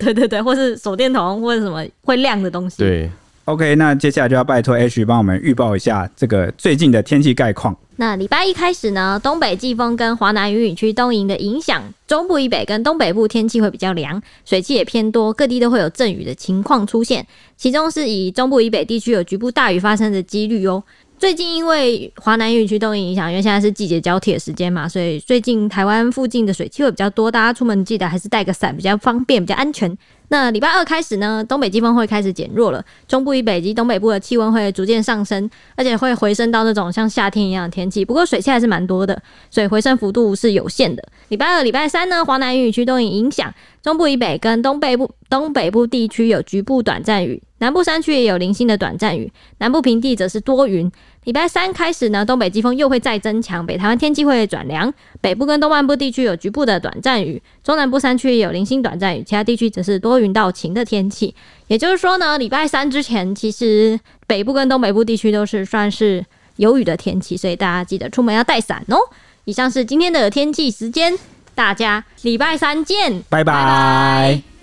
[SPEAKER 2] 对对对，或是手电筒或者什么会亮的东西。，
[SPEAKER 3] 对，
[SPEAKER 1] OK，那接下来就要拜托 H 帮我们预报一下这个最近的天气概况。
[SPEAKER 2] 那礼拜一开始呢，东北季风跟华南雨雨区东移的影响，中部以北跟东北部天气会比较凉，水汽也偏多，各地都会有阵雨的情况出现。其中是以中部以北地区有局部大雨发生的几率哦。最近因为华南雨雨区东移影响，因为现在是季节交替的时间嘛，所以最近台湾附近的水汽会比较多，大家出门记得还是带个伞比较方便，比较安全。那礼拜二开始呢，东北季风会开始减弱了，中部以北及东北部的气温会逐渐上升，而且会回升到那种像夏天一样的天气。不过水汽还是蛮多的，所以回升幅度是有限的。礼拜二、礼拜三呢，华南雨区都有影响，中部以北跟东北部、东北部地区有局部短暂雨，南部山区也有零星的短暂雨，南部平地则是多云。礼拜三开始呢，东北季风又会再增强，北台湾天气会转凉，北部跟东半部地区有局部的短暂雨，中南部山区也有零星短暂雨，其他地区则是多云到晴的天气。也就是说呢，礼拜三之前，其实北部跟东北部地区都是算是有雨的天气，所以大家记得出门要带伞哦。以上是今天的天气时间，大家礼拜三见，
[SPEAKER 1] 拜拜
[SPEAKER 2] 拜